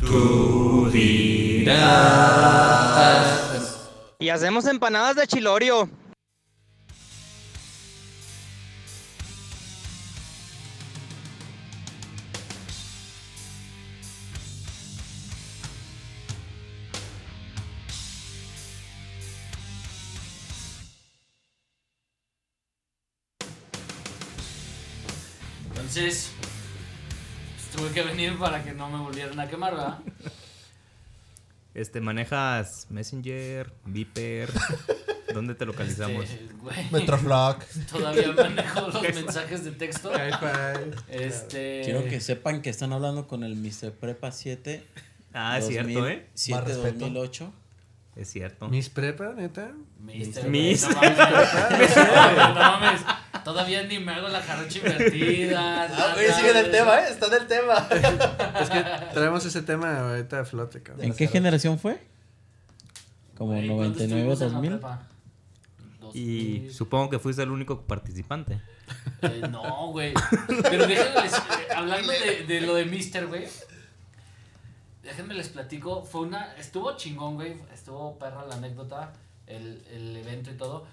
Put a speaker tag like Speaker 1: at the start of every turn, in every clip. Speaker 1: Tú dirás.
Speaker 2: Y hacemos empanadas de chilorio.
Speaker 3: Entonces, pues, tuve que venir para que no me volvieran a quemar, ¿verdad?
Speaker 1: Este, manejas Messenger, Viper. ¿Dónde te localizamos?
Speaker 3: Este, güey,
Speaker 4: Metroflog.
Speaker 3: Todavía manejo los mensajes de texto. Este.
Speaker 5: Quiero que sepan que están hablando con el Mr. Prepa 7.
Speaker 1: ah, es cierto, ¿eh?
Speaker 5: 7
Speaker 4: Más respeto.
Speaker 5: 2008.
Speaker 1: Es cierto.
Speaker 6: Mis prepa, neta.
Speaker 3: Mister,
Speaker 1: Mis-
Speaker 3: güey, No mames, no mames, no mames. Todavía ni me hago la jarocha invertida.
Speaker 4: Ah,
Speaker 3: nada,
Speaker 4: güey, sigue en el
Speaker 3: güey.
Speaker 4: tema, ¿eh? Está en el tema.
Speaker 6: Es que traemos ese tema ahorita a flote, cabrón.
Speaker 5: ¿En qué generación fue? Como
Speaker 3: Güey, ¿cuánto
Speaker 5: 99,
Speaker 3: estuvimos en la
Speaker 5: 2000.
Speaker 3: prepa?
Speaker 1: Y
Speaker 3: 2000.
Speaker 1: supongo que fuiste el único participante.
Speaker 3: Eh, no, güey. Pero déjenme les- eh, hablando de, de lo de Mister, güey. Déjenme les platico. Fue una. Estuvo chingón, güey. Estuvo perra la anécdota. El, el evento y todo.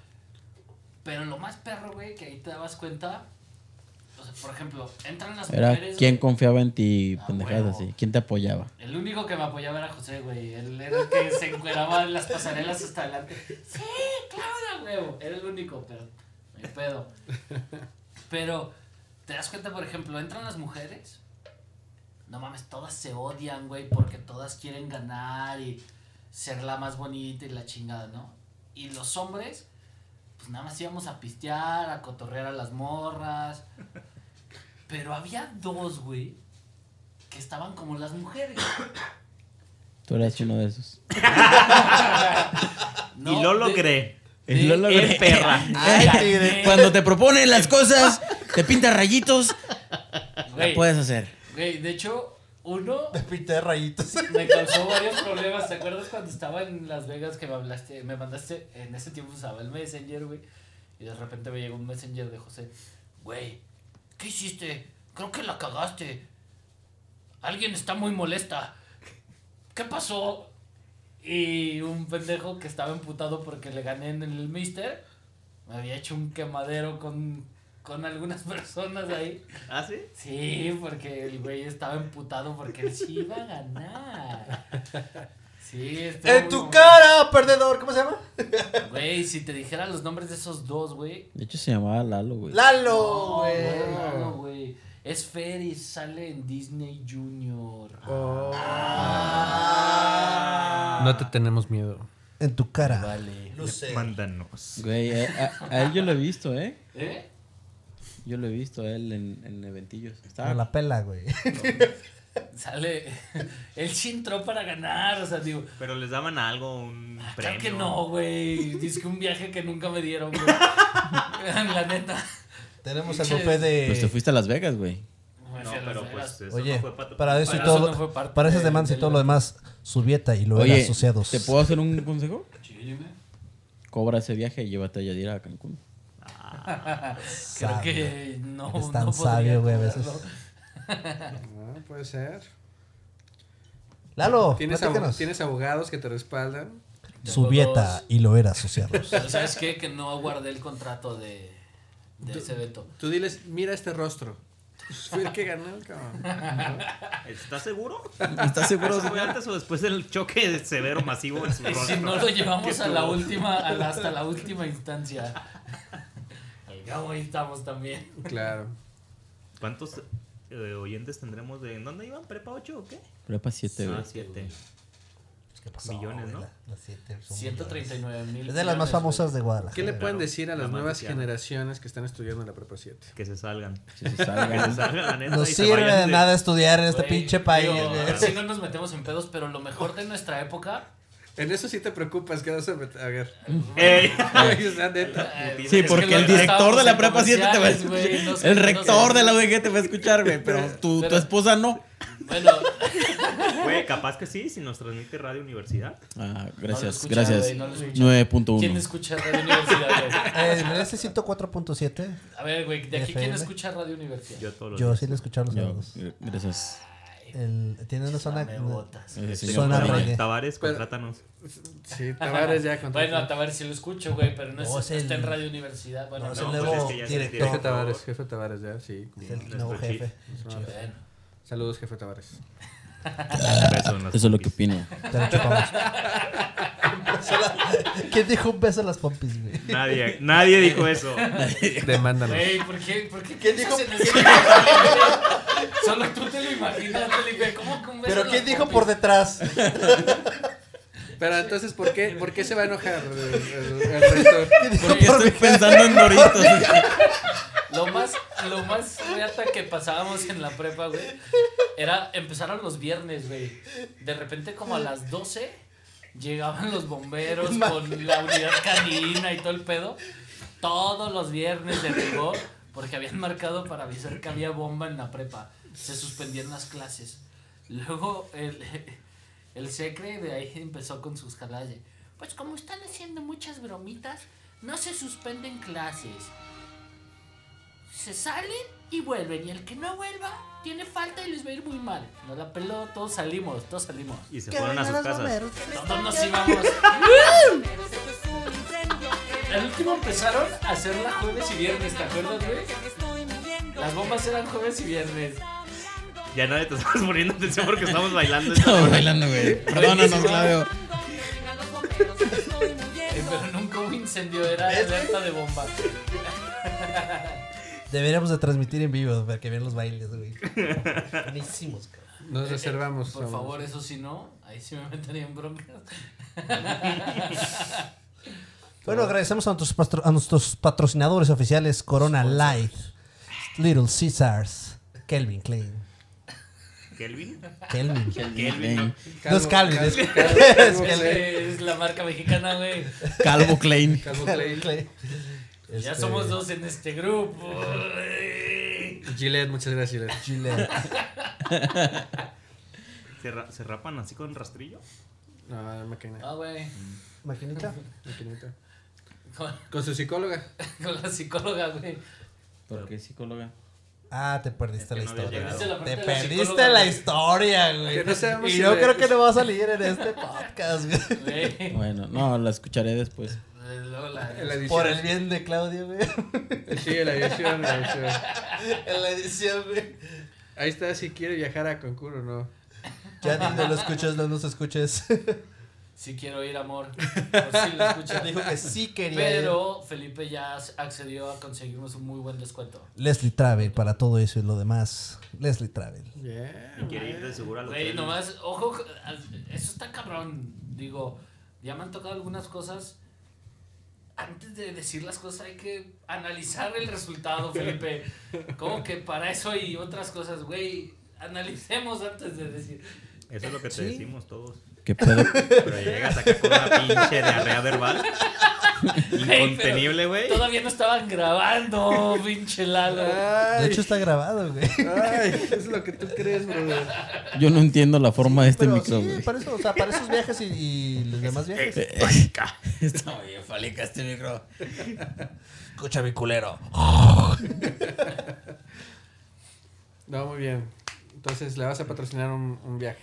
Speaker 3: Pero lo más perro, güey, que ahí te dabas cuenta. O sea, por ejemplo, entran las
Speaker 5: Era
Speaker 3: mujeres.
Speaker 5: quién confiaba en ti,
Speaker 3: Ah,
Speaker 5: pendejadas
Speaker 3: huevo.
Speaker 5: así. ¿Quién te apoyaba?
Speaker 3: El único que me apoyaba era José, güey. Él era el que se encueraba en las pasarelas hasta adelante. Sí, claro, huevo. Era el único, pero me pedo. Pero, ¿te das cuenta, por ejemplo, entran las mujeres? No mames, todas se odian, güey, porque todas quieren ganar y ser la más bonita y la chingada, ¿no? Y los hombres, pues nada más íbamos a pistear, a cotorrear a las morras. Pero había dos, güey, que estaban como las mujeres.
Speaker 5: Tú eras uno de esos.
Speaker 3: No,
Speaker 1: y lo
Speaker 3: de-
Speaker 1: logré.
Speaker 3: de-
Speaker 5: Y lo logré.
Speaker 1: ¡Qué perra!
Speaker 5: Ay,
Speaker 4: tigre.
Speaker 5: Cuando te proponen las cosas, te pintas rayitos,
Speaker 3: Güey,
Speaker 5: la puedes hacer.
Speaker 3: güey, de hecho, uno
Speaker 4: Te pinté de rayitos.
Speaker 3: me causó varios problemas. ¿Te acuerdas cuando estaba en Las Vegas que me hablaste, me mandaste, en ese tiempo usaba el Messenger, güey? Y de repente me llegó un Messenger de José. Güey, ¿qué hiciste? Creo que la cagaste. Alguien está muy molesta. ¿Qué pasó? Y un pendejo que estaba emputado porque le gané en el Mister. Me había hecho un quemadero con, con algunas personas ahí.
Speaker 1: ¿Ah, sí?
Speaker 3: Sí, porque el güey estaba emputado porque él sí iba a ganar. Sí, estuvo
Speaker 4: ¡En
Speaker 3: muy
Speaker 4: tu
Speaker 3: mamón.
Speaker 4: cara, perdedor! ¿Cómo se llama?
Speaker 3: Güey, si te dijera los nombres de esos dos, güey.
Speaker 5: De hecho, se llamaba Lalo, güey.
Speaker 4: ¡Lalo, güey!
Speaker 3: güey, no, güey. Es Ferry, sale en Disney Junior.
Speaker 4: Ah,
Speaker 6: Ah. No te tenemos miedo.
Speaker 4: En tu cara.
Speaker 3: Vale.
Speaker 4: Luce.
Speaker 1: Mándanos.
Speaker 5: Güey, eh, a, a él yo lo he visto, ¿eh?
Speaker 3: ¿Eh?
Speaker 5: Yo lo he visto a él en, en eventillos. Estaba
Speaker 4: Me la pela, güey.
Speaker 3: Sale. Él sí entró para ganar, o sea, digo.
Speaker 1: Pero les daban algo, un
Speaker 3: Ah, Claro
Speaker 1: premio.
Speaker 3: que no, güey. Dice que un viaje que nunca me dieron, güey. La neta.
Speaker 4: Tenemos el
Speaker 3: Pinches.
Speaker 4: buffet
Speaker 5: Pues te
Speaker 4: de.
Speaker 5: fuiste a Las Vegas, güey.
Speaker 3: Me
Speaker 1: No,
Speaker 3: fui a Las
Speaker 1: pero
Speaker 3: Vegas.
Speaker 1: pues eso
Speaker 4: Oye,
Speaker 1: no fue para tu-
Speaker 4: para eso y
Speaker 3: para eso
Speaker 4: todo.
Speaker 3: no fue parte
Speaker 4: para esas
Speaker 3: de-
Speaker 4: demandas y
Speaker 3: de
Speaker 4: todo
Speaker 3: la-
Speaker 4: lo demás, Subieta y luego
Speaker 5: Oye,
Speaker 4: asociados.
Speaker 5: ¿te puedo hacer un consejo?
Speaker 3: Sí, dime.
Speaker 5: Cobra ese viaje y llévate a Yadira a Cancún.
Speaker 3: Creo
Speaker 4: Sabio.
Speaker 3: que no.
Speaker 4: Eres tan
Speaker 3: no podría
Speaker 4: sabio, güey, a veces.
Speaker 3: cobrarlo.
Speaker 6: No, Ah, puede ser.
Speaker 4: Lalo,
Speaker 6: ¿Tienes,
Speaker 4: platícanos.
Speaker 6: abo- tienes abogados que te respaldan.
Speaker 4: Subieta y lo era asociados.
Speaker 3: Pero Pues, ¿sabes qué? Que no guardé el contrato de, de ese evento.
Speaker 6: Tú diles, mira este rostro. Fue el que ganó, cabrón.
Speaker 1: ¿Estás seguro?
Speaker 5: ¿Estás seguro?
Speaker 1: ¿Eso fue antes o después del choque severo masivo en su
Speaker 3: Y
Speaker 1: rostro?
Speaker 3: si no lo llevamos
Speaker 1: Que
Speaker 3: a la
Speaker 1: tuvo.
Speaker 3: última, a la- hasta la última instancia. Al cabo ahí estamos también.
Speaker 6: Claro.
Speaker 1: ¿Cuántos eh, oyentes tendremos de... ¿En dónde iban? ¿Prepa 8 o qué?
Speaker 5: Prepa
Speaker 4: Este,
Speaker 5: 7, güey.
Speaker 1: ah, 7.
Speaker 4: ¿Qué pasó,
Speaker 1: Millones,
Speaker 4: güey?
Speaker 1: ¿no?
Speaker 4: La- las siete son
Speaker 3: 139 mil.
Speaker 4: millones. Es de las más famosas de Guadalajara.
Speaker 6: ¿Qué le pueden
Speaker 1: Claro.
Speaker 6: decir a
Speaker 1: La
Speaker 6: las
Speaker 1: más
Speaker 6: nuevas
Speaker 1: deseada.
Speaker 6: generaciones que están estudiando la prepa 7?
Speaker 1: Que se salgan.
Speaker 5: Si se
Speaker 1: Que se
Speaker 5: salgan.
Speaker 1: salgan, la neta.
Speaker 4: Ah, No
Speaker 1: y se
Speaker 4: sirve
Speaker 1: vayan
Speaker 4: de nada estudiar en este pinche país, güey.
Speaker 3: Si no nos metemos en pedos, pero lo mejor de nuestra época.
Speaker 6: En eso sí te preocupas, que vas a met- A ver.
Speaker 1: Ey.
Speaker 6: Ay, o sea, neta.
Speaker 3: eh,
Speaker 1: Sí,
Speaker 3: es que
Speaker 1: porque
Speaker 3: lo
Speaker 1: el
Speaker 3: estábamos
Speaker 5: director de la
Speaker 3: en
Speaker 5: prepa 7 te va a
Speaker 3: comerciales, güey, no sé,
Speaker 5: El
Speaker 3: no sé.
Speaker 5: rector de la UDG te va a escuchar, güey. Pero tu, tu
Speaker 3: Pero-
Speaker 5: esposa no.
Speaker 3: Bueno,
Speaker 1: Güey, capaz que sí, si nos transmite Radio Universidad.
Speaker 5: Ah,
Speaker 3: No lo
Speaker 5: gracias,
Speaker 3: escucha,
Speaker 5: gracias.
Speaker 3: güey, no lo escucha. ¿quién
Speaker 5: 9.1.
Speaker 3: escucha Radio Universidad, güey?
Speaker 4: Eh, ¿no es ese 104.7?
Speaker 3: A ver, güey, de aquí, ¿quién
Speaker 4: FM.
Speaker 3: escucha Radio Universidad?
Speaker 1: Yo todos los
Speaker 4: Yo
Speaker 1: días.
Speaker 4: sí lo escuchaba los
Speaker 5: Yo,
Speaker 4: sábados.
Speaker 5: eh, gracias.
Speaker 4: el- tiene una zona.
Speaker 3: Me botas.
Speaker 5: Eh,
Speaker 1: Este,
Speaker 5: señor
Speaker 4: Suena
Speaker 5: Tabares.
Speaker 4: reggae.
Speaker 1: Tavares,
Speaker 6: Pero-
Speaker 1: contrátanos.
Speaker 6: Sí, Tavares Ah, ya con
Speaker 3: Bueno, a ver si lo escucho, güey, pero no,
Speaker 4: No,
Speaker 3: es-
Speaker 4: es
Speaker 3: está en
Speaker 4: el-
Speaker 3: Radio Universidad. Bueno,
Speaker 4: no, es
Speaker 3: no,
Speaker 4: el
Speaker 3: pues,
Speaker 1: pues
Speaker 4: nuevo
Speaker 1: es que ya es el
Speaker 4: director.
Speaker 6: Jefe
Speaker 1: director.
Speaker 6: Tavares, jefe Tavares ya, sí. como-
Speaker 4: El
Speaker 1: Nuestro
Speaker 4: nuevo
Speaker 1: chief.
Speaker 4: jefe.
Speaker 3: bueno.
Speaker 6: Saludos, jefe Tavares.
Speaker 1: Beso en las
Speaker 5: Eso es lo que
Speaker 1: pompis.
Speaker 5: opino.
Speaker 4: Te la chupamos. ¿Quién dijo un beso a las pompis, güey?
Speaker 1: Nadie, nadie dijo eso.
Speaker 6: Demándanos.
Speaker 3: Güey, ¿por qué? ¿Por qué? piensas en eso? Solo tú te lo imaginas, Felipe. ¿Cómo que un beso
Speaker 4: Pero
Speaker 3: en
Speaker 4: ¿quién
Speaker 3: las
Speaker 4: dijo
Speaker 3: pompis?
Speaker 4: por detrás?
Speaker 6: Pero entonces, ¿por qué, ¿por qué se va a enojar el, el- el rector?
Speaker 4: ¿Quién dijo
Speaker 5: Porque estoy pensando en Doritos.
Speaker 3: Lo más, lo más reata que pasábamos en la prepa, güey, era empezaron los viernes, güey. De repente, como a las 12, llegaban los bomberos con la unidad canina y todo el pedo. Todos los viernes de rigor, porque habían marcado para avisar que había bomba en la prepa. Se suspendían las clases. Luego, el, el secre de ahí empezó con sus jaladas de, Pues como están haciendo muchas bromitas, no se suspenden clases se salen y vuelven. Y el que no vuelva tiene falta y les va a ir muy mal. No la peló, todos salimos, todos salimos.
Speaker 1: Y se fueron a sus casas.
Speaker 3: Todos nos íbamos. Al último empezaron a hacerla jueves y viernes, ¿te acuerdas, güey? Las bombas eran jueves y viernes.
Speaker 1: Ya nadie te estás poniendo atención porque estamos bailando.
Speaker 5: Estaba bailando, güey. Perdónanos, Claudio.
Speaker 3: Eh, pero nunca hubo incendio, era alerta de bomba.
Speaker 4: Deberíamos de transmitir en vivo para que vean los bailes, güey. Buenísimos, cabrón.
Speaker 6: Nos reservamos.
Speaker 3: Eh, Por
Speaker 6: vamos.
Speaker 3: favor, eso sí no, ahí sí me metería en broncas.
Speaker 4: Bueno, agradecemos a nuestros, patro- a nuestros patrocinadores oficiales Corona Light, Little Caesars, Kelvin Klein.
Speaker 1: ¿Kelvin?
Speaker 4: Kelvin.
Speaker 1: Kelvin, ¿no?
Speaker 4: No es Calvin, es-
Speaker 6: Calvo,
Speaker 4: es
Speaker 6: Calvo,
Speaker 4: que-
Speaker 3: Es,
Speaker 6: Calvo,
Speaker 3: es la marca mexicana, güey.
Speaker 5: Calvo Klein.
Speaker 6: Calvo
Speaker 4: Kelvin
Speaker 6: Clay.
Speaker 4: Klein.
Speaker 3: Ya
Speaker 4: Este,
Speaker 3: somos dos en este grupo.
Speaker 4: eh.
Speaker 6: Gillette, muchas gracias, Gillette.
Speaker 4: Chile.
Speaker 1: ¿Se, ra- se rapan así con rastrillo?
Speaker 6: No, máquina,
Speaker 3: Ah, güey.
Speaker 4: Maquinita.
Speaker 6: maquinita.
Speaker 3: Con,
Speaker 6: Con su psicóloga.
Speaker 3: con la psicóloga, güey.
Speaker 5: ¿Por qué psicóloga?
Speaker 4: Ah, te perdiste
Speaker 1: Es que
Speaker 4: la
Speaker 1: no había
Speaker 4: historia.
Speaker 3: Perdiste la
Speaker 1: llegado.
Speaker 4: Te
Speaker 3: parte de la
Speaker 4: perdiste
Speaker 3: psicóloga,
Speaker 4: la
Speaker 3: güey.
Speaker 4: historia,
Speaker 6: Que
Speaker 4: güey.
Speaker 6: no sabemos
Speaker 4: Y
Speaker 6: si
Speaker 4: yo
Speaker 6: le- pues
Speaker 4: creo que no va a salir en este podcast, güey.
Speaker 3: Güey.
Speaker 5: Bueno, no, la escucharé después.
Speaker 3: Luego la-
Speaker 6: En la edición.
Speaker 4: Por el bien de Claudio, güey.
Speaker 6: Sí, en la edición, en la edición.
Speaker 4: En la edición, güey.
Speaker 6: Ahí está, si quiere viajar a Cancún o no.
Speaker 4: Ya ni no lo escuchas, no nos escuches.
Speaker 3: Sí quiero ir, amor. Por si lo escuchas.
Speaker 4: Dijo que sí quería. ir.
Speaker 3: Pero Felipe ya accedió a conseguirnos un muy buen descuento.
Speaker 4: Leslie Travel para todo eso y lo demás. Leslie Travel.
Speaker 6: Bien.
Speaker 1: Y quiere ir de seguro al
Speaker 3: Güey,
Speaker 1: hotel.
Speaker 3: nomás, ojo, eso está cabrón. Digo, ya me han tocado algunas cosas. Antes de decir las cosas hay que analizar el resultado, Felipe. Como que para eso y otras cosas, güey, analicemos antes de decir.
Speaker 1: Eso es lo que te
Speaker 4: Sí.
Speaker 1: decimos todos.
Speaker 5: ¿Qué pedo?
Speaker 1: Pero llegas acá con una pinche diarrea verbal.
Speaker 3: pero-
Speaker 1: Incontenible, güey.
Speaker 3: Todavía no estaban grabando, pinche Lalo.
Speaker 6: Ay,
Speaker 4: De hecho, está grabado, güey.
Speaker 6: ay, es lo que tú crees, brother.
Speaker 5: Yo no entiendo la forma de este
Speaker 4: Pero
Speaker 5: micro,
Speaker 4: sí,
Speaker 5: güey. Eh,
Speaker 4: para eso, o sea, para esos viajes y, y los demás viajes.
Speaker 5: Está bien falica este micro.
Speaker 4: Escucha mi culero.
Speaker 6: No, muy bien. Entonces le vas a patrocinar un, un viaje.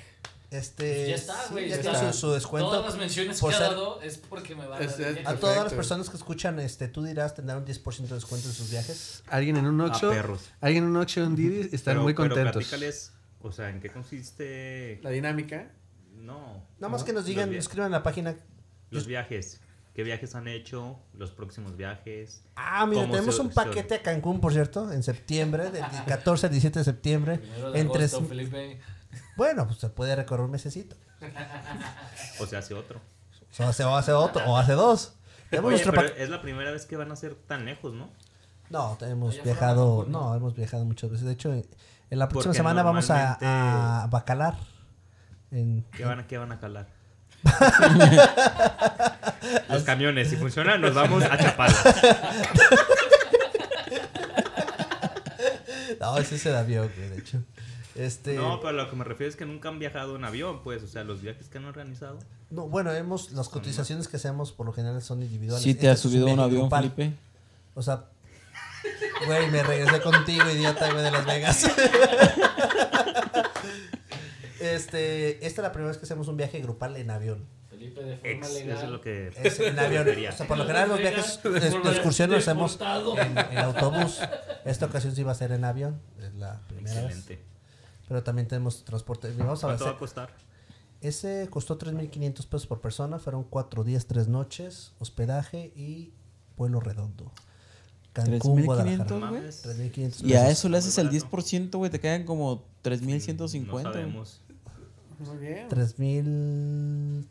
Speaker 4: Este.
Speaker 3: Pues Ya está,
Speaker 4: sí,
Speaker 3: güey,
Speaker 4: Ya
Speaker 3: ya
Speaker 4: tiene
Speaker 6: está.
Speaker 4: su, su
Speaker 3: Todas
Speaker 4: descuento.
Speaker 3: las menciones
Speaker 4: por
Speaker 3: que ha
Speaker 4: ser-
Speaker 3: dado es porque me van a
Speaker 6: Es- es-
Speaker 4: A
Speaker 3: dar.
Speaker 4: todas las
Speaker 6: Perfecto.
Speaker 4: personas que escuchan, este, tú dirás, tendrán un 10% de descuento en sus viajes.
Speaker 6: Alguien en un
Speaker 1: Ah,
Speaker 6: ocho
Speaker 1: perros.
Speaker 6: alguien en un ocho en Didi están
Speaker 1: Pero-
Speaker 6: muy
Speaker 1: Pero
Speaker 6: contentos.
Speaker 1: platícales, o sea, ¿en qué consiste?
Speaker 6: La dinámica.
Speaker 1: No.
Speaker 4: Nada más que nos
Speaker 1: Los
Speaker 4: digan,
Speaker 1: vi-
Speaker 4: escriban en la página.
Speaker 1: Los viajes. ¿Qué viajes han hecho? Los próximos viajes.
Speaker 4: Ah, mira,
Speaker 1: ¿Cómo
Speaker 4: tenemos
Speaker 1: se-
Speaker 4: un
Speaker 1: se-
Speaker 4: paquete a Cancún, por cierto, en septiembre, del 14 al 17 de septiembre.
Speaker 3: Primero de
Speaker 4: Entre,
Speaker 3: agosto, Felipe.
Speaker 4: bueno, pues se puede recorrer un mesecito.
Speaker 1: O se hace otro.
Speaker 4: O sea, se- o hace otro, o hace dos. Tenemos
Speaker 1: Oye,
Speaker 4: nuestro
Speaker 1: pero
Speaker 4: paquete-
Speaker 1: es la primera vez que van a ser tan lejos, ¿no?
Speaker 4: No, hemos
Speaker 3: Allá
Speaker 4: viajado,
Speaker 3: fuera, ¿no?
Speaker 4: no, hemos viajado muchas veces. De hecho, en en la próxima
Speaker 1: Porque
Speaker 4: semana vamos a,
Speaker 1: normalmente-
Speaker 4: a Bacalar. En,
Speaker 1: ¿Qué van a, qué van a calar? Los camiones, si funcionan, nos vamos a Chapala.
Speaker 4: No, ese se da bien, güey, de hecho. Este,
Speaker 1: No,
Speaker 4: no,
Speaker 1: pero lo que me refiero es que nunca han viajado en avión, pues. O sea, los viajes que han organizado.
Speaker 4: bueno, hemos, las cotizaciones que hacemos por lo general son individuales.
Speaker 5: ¿Sí te has
Speaker 4: Este es
Speaker 5: subido a un
Speaker 4: viaje
Speaker 5: avión,
Speaker 4: grupal.
Speaker 5: Felipe?
Speaker 4: O sea, güey, me regresé contigo, idiota, güey, de Las Vegas. este, esta es la primera vez que hacemos un viaje grupal en avión.
Speaker 3: Felipe, de forma
Speaker 1: Ex, eso
Speaker 3: legal.
Speaker 1: es lo que.
Speaker 4: Es en avión.
Speaker 1: Debería.
Speaker 4: O sea, por lo general los viajes de, de excursión los hacemos en, en autobús. Esta ocasión sí va a ser en avión. Es la primera vez.
Speaker 1: Excelente.
Speaker 4: Pero también tenemos transporte. Vamos a
Speaker 1: ¿Cuánto va
Speaker 4: ver.
Speaker 1: a costar?
Speaker 4: Ese costó 3.500 pesos por persona. Fueron cuatro días, tres noches, hospedaje y vuelo redondo. Cancún,
Speaker 1: No
Speaker 5: 3,500,
Speaker 4: Guadalajara.
Speaker 5: güey.
Speaker 1: mames.
Speaker 4: 3.500 pesos.
Speaker 5: Y a eso le
Speaker 1: muy
Speaker 5: haces el
Speaker 1: barato.
Speaker 5: 10%, güey, te quedan como
Speaker 1: No
Speaker 5: 3.150. güey.
Speaker 1: sabemos.
Speaker 6: Muy bien.
Speaker 4: 3.000...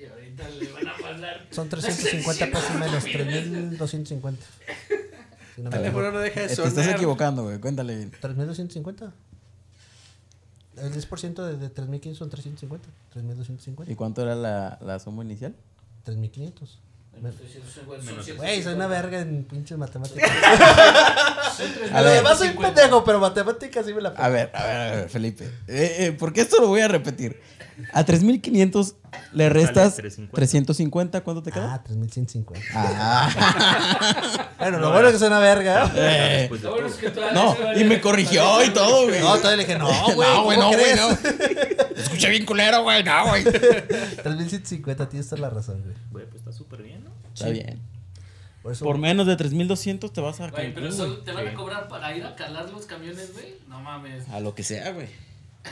Speaker 3: Y ahorita le van a mandar.
Speaker 4: Son 350 pesos menos. 3.250. Si no
Speaker 6: El
Speaker 4: me
Speaker 6: teléfono
Speaker 4: equivoco.
Speaker 6: no deja
Speaker 5: Eh,
Speaker 6: de
Speaker 5: Te
Speaker 6: sonar.
Speaker 5: estás equivocando, güey, cuéntale bien.
Speaker 4: 3.250. El 10% de, de 3.500 son 350.
Speaker 5: ¿Y
Speaker 4: 3.250.
Speaker 5: cuánto era la, la suma inicial?
Speaker 4: 3.500.
Speaker 1: Menos-
Speaker 4: Güey, soy una verga en pinches matemáticas.
Speaker 5: A
Speaker 4: Lo
Speaker 5: ver.
Speaker 4: demás soy un pendejo, pero matemáticas sí me la
Speaker 5: A ver, a ver, a ver, Felipe. Eh, eh, porque esto lo voy a repetir. A 3.500 le restas
Speaker 1: 350.
Speaker 5: 350, ¿cuánto te queda?
Speaker 4: Ah, 3150.
Speaker 5: Ah,
Speaker 4: Bueno, lo
Speaker 1: No,
Speaker 4: bueno
Speaker 1: eh.
Speaker 4: es que es una verga.
Speaker 5: eh.
Speaker 1: Después de
Speaker 3: Lo bueno es
Speaker 1: todo.
Speaker 3: que todavía
Speaker 5: No,
Speaker 3: se vale.
Speaker 5: y me corrigió y todo, güey.
Speaker 4: No, todavía le dije, no, güey.
Speaker 5: No, güey,
Speaker 4: ¿cómo
Speaker 5: no, güey,
Speaker 4: crees?
Speaker 5: no. Escuché bien culero, güey, no, güey.
Speaker 4: 3150, tienes toda la razón, güey.
Speaker 1: Güey, pues está súper bien, ¿no?
Speaker 5: Está bien.
Speaker 4: Por eso.
Speaker 5: Por menos de 3.200 te vas a
Speaker 3: Güey,
Speaker 5: Cancún,
Speaker 3: pero eso
Speaker 5: güey.
Speaker 3: te van a
Speaker 1: Sí.
Speaker 3: cobrar para ir a calar los camiones, güey. No mames.
Speaker 5: A lo que sea, güey.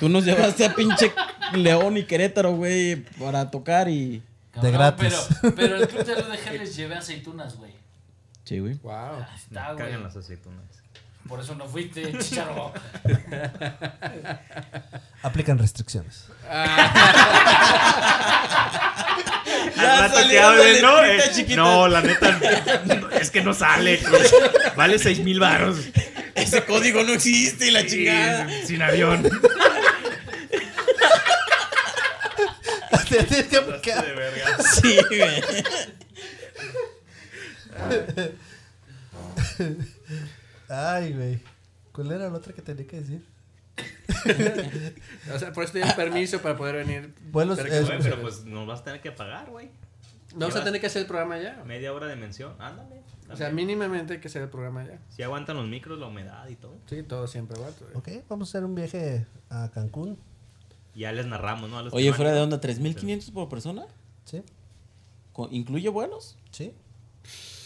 Speaker 5: Tú nos llevaste a pinche León y Querétaro, güey, para tocar y...
Speaker 4: De gratis.
Speaker 3: Pero, pero el club de RDG les llevé aceitunas, güey.
Speaker 5: Sí, güey.
Speaker 6: Wow.
Speaker 3: Ahí
Speaker 1: Me
Speaker 5: Mm,
Speaker 3: está, güey.
Speaker 1: cagan las aceitunas.
Speaker 3: Por eso no fuiste, chicharro.
Speaker 4: Aplican restricciones.
Speaker 6: Ah,
Speaker 1: Al rato que
Speaker 5: salió la
Speaker 1: hable, ¿no?
Speaker 5: letrita
Speaker 1: Eh,
Speaker 5: chiquita.
Speaker 1: no, la neta, no, es que no sale. güey. Vale seis mil baros.
Speaker 5: Ese código no existe y la chingada.
Speaker 1: Sin avión.
Speaker 4: Tienes que aplicar.
Speaker 1: De verga.
Speaker 5: Sí, güey.
Speaker 4: Ay, güey. ¿Cuál era la otra que tenía que decir?
Speaker 6: O sea, por eso te dieron permiso para poder venir.
Speaker 4: Vuelos.
Speaker 6: Pero
Speaker 4: eh,
Speaker 1: Güey, pero pues nos vas a tener que pagar, güey.
Speaker 6: No vas a tener que hacer el programa ya.
Speaker 1: Media hora de mención. Ándale.
Speaker 6: O sea, mínimamente hay que hacer el programa ya.
Speaker 1: Si aguantan los micros, la humedad y todo.
Speaker 6: Sí, todo siempre aguanto. güey.
Speaker 4: ok, vamos a hacer un viaje a Cancún.
Speaker 1: Y ya les narramos, ¿no? A los que
Speaker 5: Oye,
Speaker 1: van.
Speaker 5: fuera de onda, 3.500 por persona.
Speaker 4: ¿Sí?
Speaker 5: Co- ¿Incluye vuelos?
Speaker 4: ¿Sí?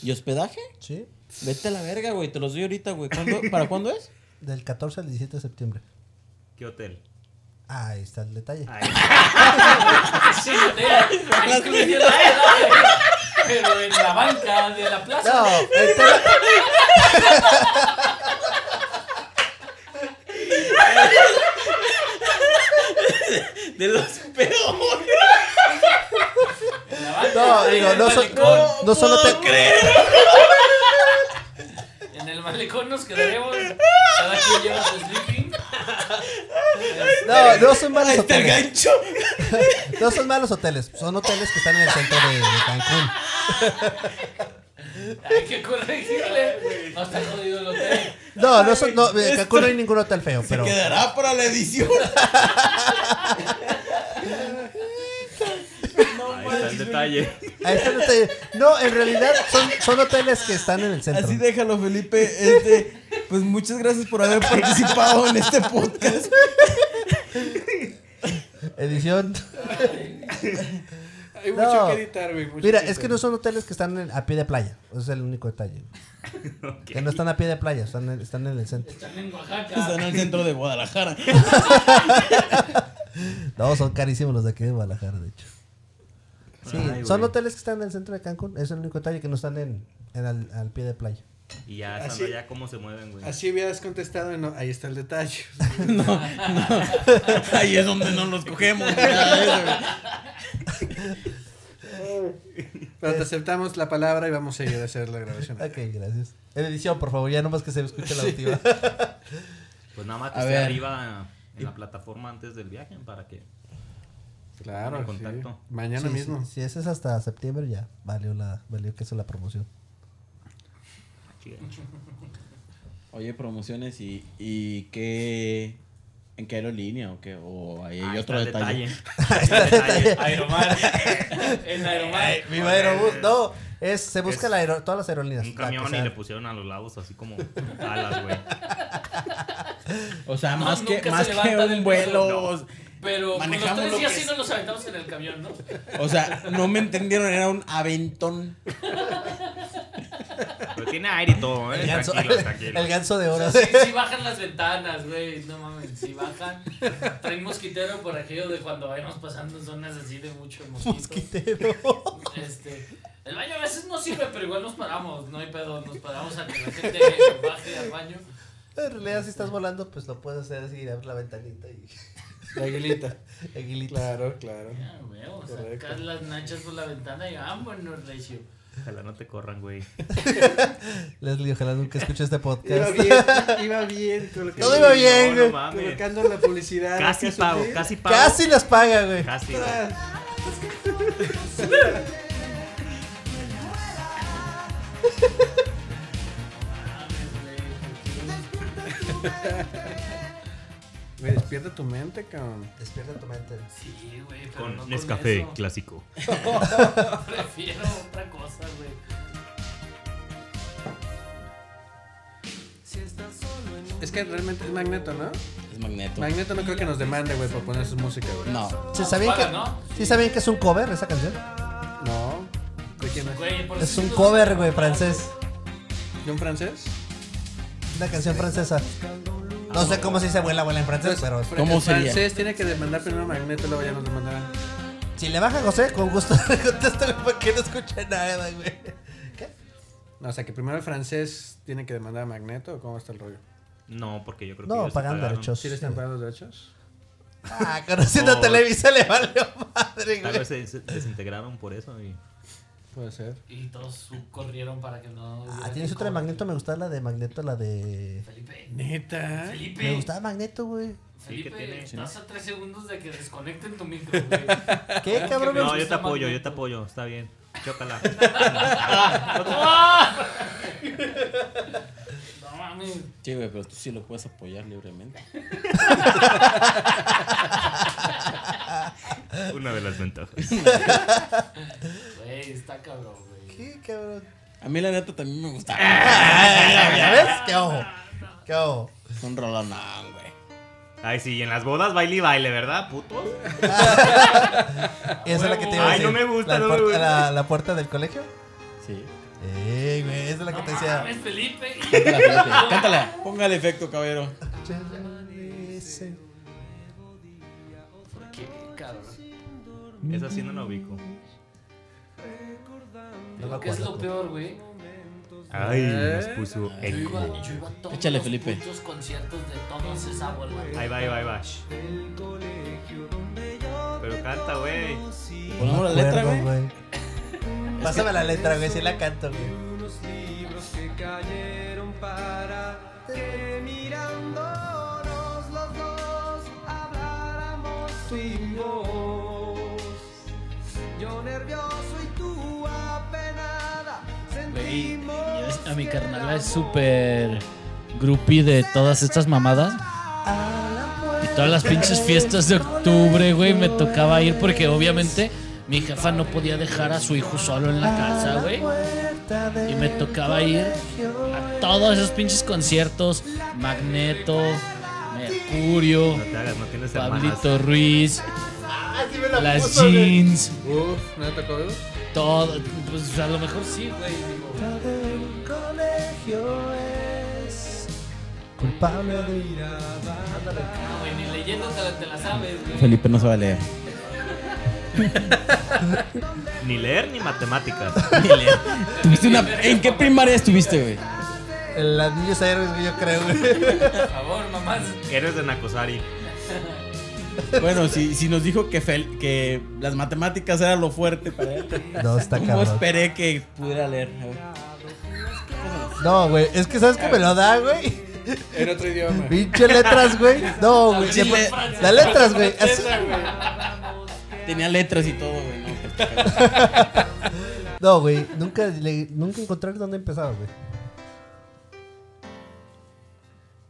Speaker 5: ¿Y hospedaje?
Speaker 4: ¿Sí?
Speaker 5: Vete a la verga, güey. Te los doy ahorita, güey. ¿Cuándo- ¿Para cuándo es?
Speaker 4: Del 14 al 17 de septiembre.
Speaker 1: ¿Qué hotel?
Speaker 4: Ahí está el detalle.
Speaker 1: Ay,
Speaker 3: Sí, te incluye la verdad, güey. Pero en la banca de la plaza.
Speaker 4: No, eh, el tema-
Speaker 5: De los peores.
Speaker 3: En la banca.
Speaker 4: no,
Speaker 3: ahí en
Speaker 4: digo,
Speaker 3: el
Speaker 4: no, so-
Speaker 3: malecón.
Speaker 4: no solo te.
Speaker 3: En el malecón nos quedaremos. Cada quien lleva su sleeping.
Speaker 4: No, no son malos
Speaker 5: Ahí está el
Speaker 4: hoteles.
Speaker 5: gancho.
Speaker 4: No son malos hoteles, son hoteles que están en el centro de, de Cancún.
Speaker 3: Hay que corregirle. No está jodido el hotel.
Speaker 4: No, no son, no, en Cancún no hay ningún hotel feo, pero
Speaker 5: Quedará para la edición.
Speaker 1: ahí está el detalle.
Speaker 4: ahí está el detalle. No, en realidad son, son hoteles que están en el centro.
Speaker 5: Así déjalo, Felipe. Este, pues muchas gracias por haber participado en este podcast.
Speaker 4: Edición.
Speaker 6: Hay
Speaker 4: No.
Speaker 6: mucho que editar, güey. mucho
Speaker 4: Mira,
Speaker 6: que
Speaker 4: es que no
Speaker 6: editar.
Speaker 4: son hoteles que están en- a pie de playa. Ese es el único detalle. Que no están a pie de playa, están en, están en el centro.
Speaker 3: Están en Oaxaca.
Speaker 5: Está en el centro de Guadalajara.
Speaker 4: No, son carísimos los de aquí de Guadalajara, de hecho. Sí,
Speaker 1: Ay,
Speaker 4: son
Speaker 1: güey.
Speaker 4: hoteles que están en el centro de Cancún. Es el único detalle que no están en, en al, al pie de playa.
Speaker 1: Y ya
Speaker 6: Así-
Speaker 1: estando allá, ¿cómo se mueven, güey?
Speaker 6: Así hubieras contestado y no. Ahí está el detalle.
Speaker 5: Ahí es donde no nos cogemos.
Speaker 6: Pero te aceptamos la palabra y vamos a seguir a hacer la grabación.
Speaker 4: Ok, gracias. En edición, por favor, ya nomás que se escuche la última.
Speaker 1: Pues nada más que
Speaker 5: A
Speaker 1: esté
Speaker 5: ver.
Speaker 1: arriba en la plataforma antes del viaje para que.
Speaker 6: Claro,
Speaker 1: En
Speaker 6: sí.
Speaker 1: contacto.
Speaker 6: Mañana
Speaker 4: Sí,
Speaker 6: mismo.
Speaker 4: sí, Si, ese es hasta septiembre, ya valió, la, valió que sea la promoción.
Speaker 5: Oye, promociones y, y qué. ¿En qué aerolínea o qué? O ahí hay
Speaker 1: Ahí
Speaker 5: otro
Speaker 1: está el
Speaker 5: detalle.
Speaker 1: Ahí está el detalle.
Speaker 3: Aeromar. En Aeromar.
Speaker 4: Viva Aerobús, no, es, se busca
Speaker 1: Es
Speaker 4: la aero- todas las aerolíneas.
Speaker 1: Un
Speaker 4: la que
Speaker 1: camión y
Speaker 4: sea.
Speaker 1: le pusieron a los lados así como alas, güey.
Speaker 5: O sea,
Speaker 3: No,
Speaker 5: más que,
Speaker 3: nunca
Speaker 5: más
Speaker 3: se
Speaker 5: que
Speaker 3: levanta del piso,
Speaker 5: un vuelo.
Speaker 3: Pero con los
Speaker 5: Manejamos
Speaker 3: tres
Speaker 5: lo
Speaker 3: días
Speaker 5: que
Speaker 3: sí
Speaker 5: es.
Speaker 3: nos los aventamos en el camión, ¿no?
Speaker 5: O sea, no me entendieron, era un aventón.
Speaker 1: Pero tiene aire y todo, ¿eh?
Speaker 4: El ganso,
Speaker 1: Tranquilo, tranquilo.
Speaker 4: el ganso de
Speaker 3: O sea,
Speaker 4: oro.
Speaker 3: sí, sí bajan las ventanas, güey. No mames, si bajan. Traen mosquitero por aquello de cuando vayamos pasando zonas así de mucho mosquito.
Speaker 4: Mosquitero.
Speaker 3: Este, el baño a veces no sirve, pero igual nos paramos. No hay pedo, nos paramos a que la gente baje al baño.
Speaker 4: En realidad, si estás volando, pues lo puedes hacer así, abrir la ventanita y
Speaker 6: La aguilita.
Speaker 4: aguilita.
Speaker 6: Claro, claro.
Speaker 3: Ya, güey, o sea,
Speaker 6: Correcto.
Speaker 3: sacas las nachas por la ventana y vámonos, Recio.
Speaker 1: Ojalá no te corran, güey.
Speaker 4: Leslie, ojalá nunca escuche este
Speaker 6: Iba
Speaker 4: podcast.
Speaker 6: bien, iba bien. colocando-
Speaker 4: Todo iba bien,
Speaker 1: No, no
Speaker 4: güey.
Speaker 1: mames.
Speaker 6: Colocando la publicidad.
Speaker 1: Casi
Speaker 6: acá
Speaker 1: pago,
Speaker 6: sutil.
Speaker 1: casi pago.
Speaker 4: Casi las paga, güey.
Speaker 1: Casi, güey.
Speaker 6: Ah,
Speaker 3: Mames, Ah, güey.
Speaker 6: Me despierta tu mente, cabrón.
Speaker 4: Despierta tu mente.
Speaker 3: Sí, güey, pero
Speaker 1: Con
Speaker 3: no con
Speaker 1: Nescafé
Speaker 3: eso.
Speaker 1: clásico.
Speaker 3: Prefiero otra cosa, güey.
Speaker 6: Es que realmente es Magneto, ¿no?
Speaker 5: Es magneto.
Speaker 6: Magneto no creo que nos demande, güey, por poner su música, güey.
Speaker 5: No.
Speaker 4: ¿Sí sabían,
Speaker 3: Paga,
Speaker 4: que,
Speaker 3: ¿no?
Speaker 4: ¿Sí sabían que es un cover esa canción?
Speaker 6: No. ¿De quién es?
Speaker 3: Güey, por
Speaker 4: Es
Speaker 3: eso
Speaker 4: un
Speaker 3: nos-
Speaker 4: cover, güey, francés.
Speaker 6: ¿De un francés?
Speaker 4: Una canción francesa. No sé cómo se dice abuela, abuela en francés, pero
Speaker 6: Entonces,
Speaker 5: ¿Cómo
Speaker 6: el
Speaker 5: sería?
Speaker 6: francés tiene que demandar primero a Magneto, luego ya nos demandarán.
Speaker 4: si le baja José, con gusto le contesto porque no escucha nada, güey. ¿Qué?
Speaker 6: No, o sea, que primero el francés tiene que demandar a Magneto, ¿o cómo está el rollo?
Speaker 1: No, porque yo creo que.
Speaker 4: No,
Speaker 1: ellos sí
Speaker 4: pagan
Speaker 1: pagaron.
Speaker 4: derechos.
Speaker 6: ¿Sí le están pagando los derechos?
Speaker 4: Ah, conociendo
Speaker 1: No.
Speaker 4: a Televisa le valió madre,
Speaker 1: Tal
Speaker 4: güey.
Speaker 1: vez se des- desintegraron por eso. Y...
Speaker 6: Puede ser.
Speaker 3: Y todos corrieron para que no.
Speaker 4: Ah,
Speaker 3: hubiera
Speaker 4: ¿tienes
Speaker 3: que
Speaker 4: otra de
Speaker 3: correr.
Speaker 4: Magneto? Me gustaba la de Magneto, la de...
Speaker 3: Felipe.
Speaker 6: Neta.
Speaker 3: Felipe.
Speaker 4: Me gustaba Magneto, güey.
Speaker 1: Sí, que
Speaker 3: Felipe,
Speaker 1: tiene-
Speaker 3: estás a tres segundos de que desconecten tu micro, güey.
Speaker 4: ¿Qué, cabrón?
Speaker 3: Me
Speaker 1: No,
Speaker 3: gusta
Speaker 1: yo te apoyo,
Speaker 3: Magneto.
Speaker 1: yo te apoyo. Está bien. Chócala.
Speaker 3: ¡Ah! No mames.
Speaker 5: Sí, güey, pero tú sí lo puedes apoyar libremente.
Speaker 1: Una de las ventajas.
Speaker 3: Güey, está cabrón, güey.
Speaker 4: ¿Qué, cabrón?
Speaker 5: A mí la neta también me gusta.
Speaker 4: Ah, ¿Ya ves? ¿Qué ojo? ¿Qué ojo?
Speaker 5: Es un rolonón, güey.
Speaker 1: Ay, sí, y en las bodas baile y baile, ¿verdad, putos?
Speaker 4: Esa es la que te iba a
Speaker 1: Ay,
Speaker 4: decir.
Speaker 1: no me gusta,
Speaker 4: la
Speaker 1: no me
Speaker 4: puerta-
Speaker 1: gusta.
Speaker 4: La, la puerta del colegio.
Speaker 5: Sí.
Speaker 4: Ey, güey, esa es la que
Speaker 3: No
Speaker 4: te decía.
Speaker 3: mames, Felipe.
Speaker 5: Cántala, Felipe, cántala. Póngale efecto, caballero.
Speaker 3: Qué cabrón.
Speaker 1: Esa sí no la ubico.
Speaker 4: No me
Speaker 3: ¿Qué es
Speaker 4: acuerdo,
Speaker 3: lo
Speaker 4: güey.
Speaker 3: peor, güey?
Speaker 1: Ay, nos puso
Speaker 3: Yo iba,
Speaker 1: eco.
Speaker 3: yo iba a todos
Speaker 5: Échale,
Speaker 3: los
Speaker 5: Felipe.
Speaker 3: putos conciertos de todos esa bola.
Speaker 1: Ahí va, ahí va, ahí va. Pero canta, güey.
Speaker 5: Ponemos la letra,
Speaker 4: Acuerdo,
Speaker 5: güey.
Speaker 4: Pásame la letra, güey, si la canto, güey.
Speaker 7: Güey, yo es- a mi carnal es súper grupi de todas estas mamadas. Y todas las pinches fiestas de octubre, güey, me tocaba ir porque obviamente mi jefa no podía dejar a su hijo solo en la casa, güey. Y me tocaba ir a todos esos pinches conciertos, Magneto, Mercurio,
Speaker 1: No te hagas, no tienes hermanas.
Speaker 7: Pablito Ruiz, las jeans,
Speaker 6: Uf, ¿no te tocó?
Speaker 7: todo, pues a lo mejor sí, güey, digo.
Speaker 4: colegio es culpable de ir a
Speaker 3: No, güey, ni leyendo te la, te la sabes, güey.
Speaker 5: Felipe no sabe leer.
Speaker 1: Ni leer ni matemáticas.
Speaker 5: Ni leer. ¿Tuviste una... ¿En qué primaria estuviste, güey?
Speaker 4: El anillo es héroes, güey, yo creo, güey.
Speaker 3: Por favor, mamás.
Speaker 1: Héroes de Nakosari.
Speaker 5: Bueno, si, si nos dijo que, fel- que las matemáticas eran lo fuerte para él,
Speaker 4: No, está
Speaker 5: ¿cómo
Speaker 4: cabrón.
Speaker 5: esperé que pudiera leer? A ver.
Speaker 4: No, güey, es que sabes que me lo da, güey.
Speaker 6: En otro idioma.
Speaker 4: Pinche letras, güey. No, güey.
Speaker 5: Sí,
Speaker 4: siempre-
Speaker 3: le-
Speaker 4: Las letras, güey. Así-
Speaker 5: Tenía letras y todo, güey. ¿no?
Speaker 4: No, güey. Nunca, le- nunca encontré dónde empezaba, güey.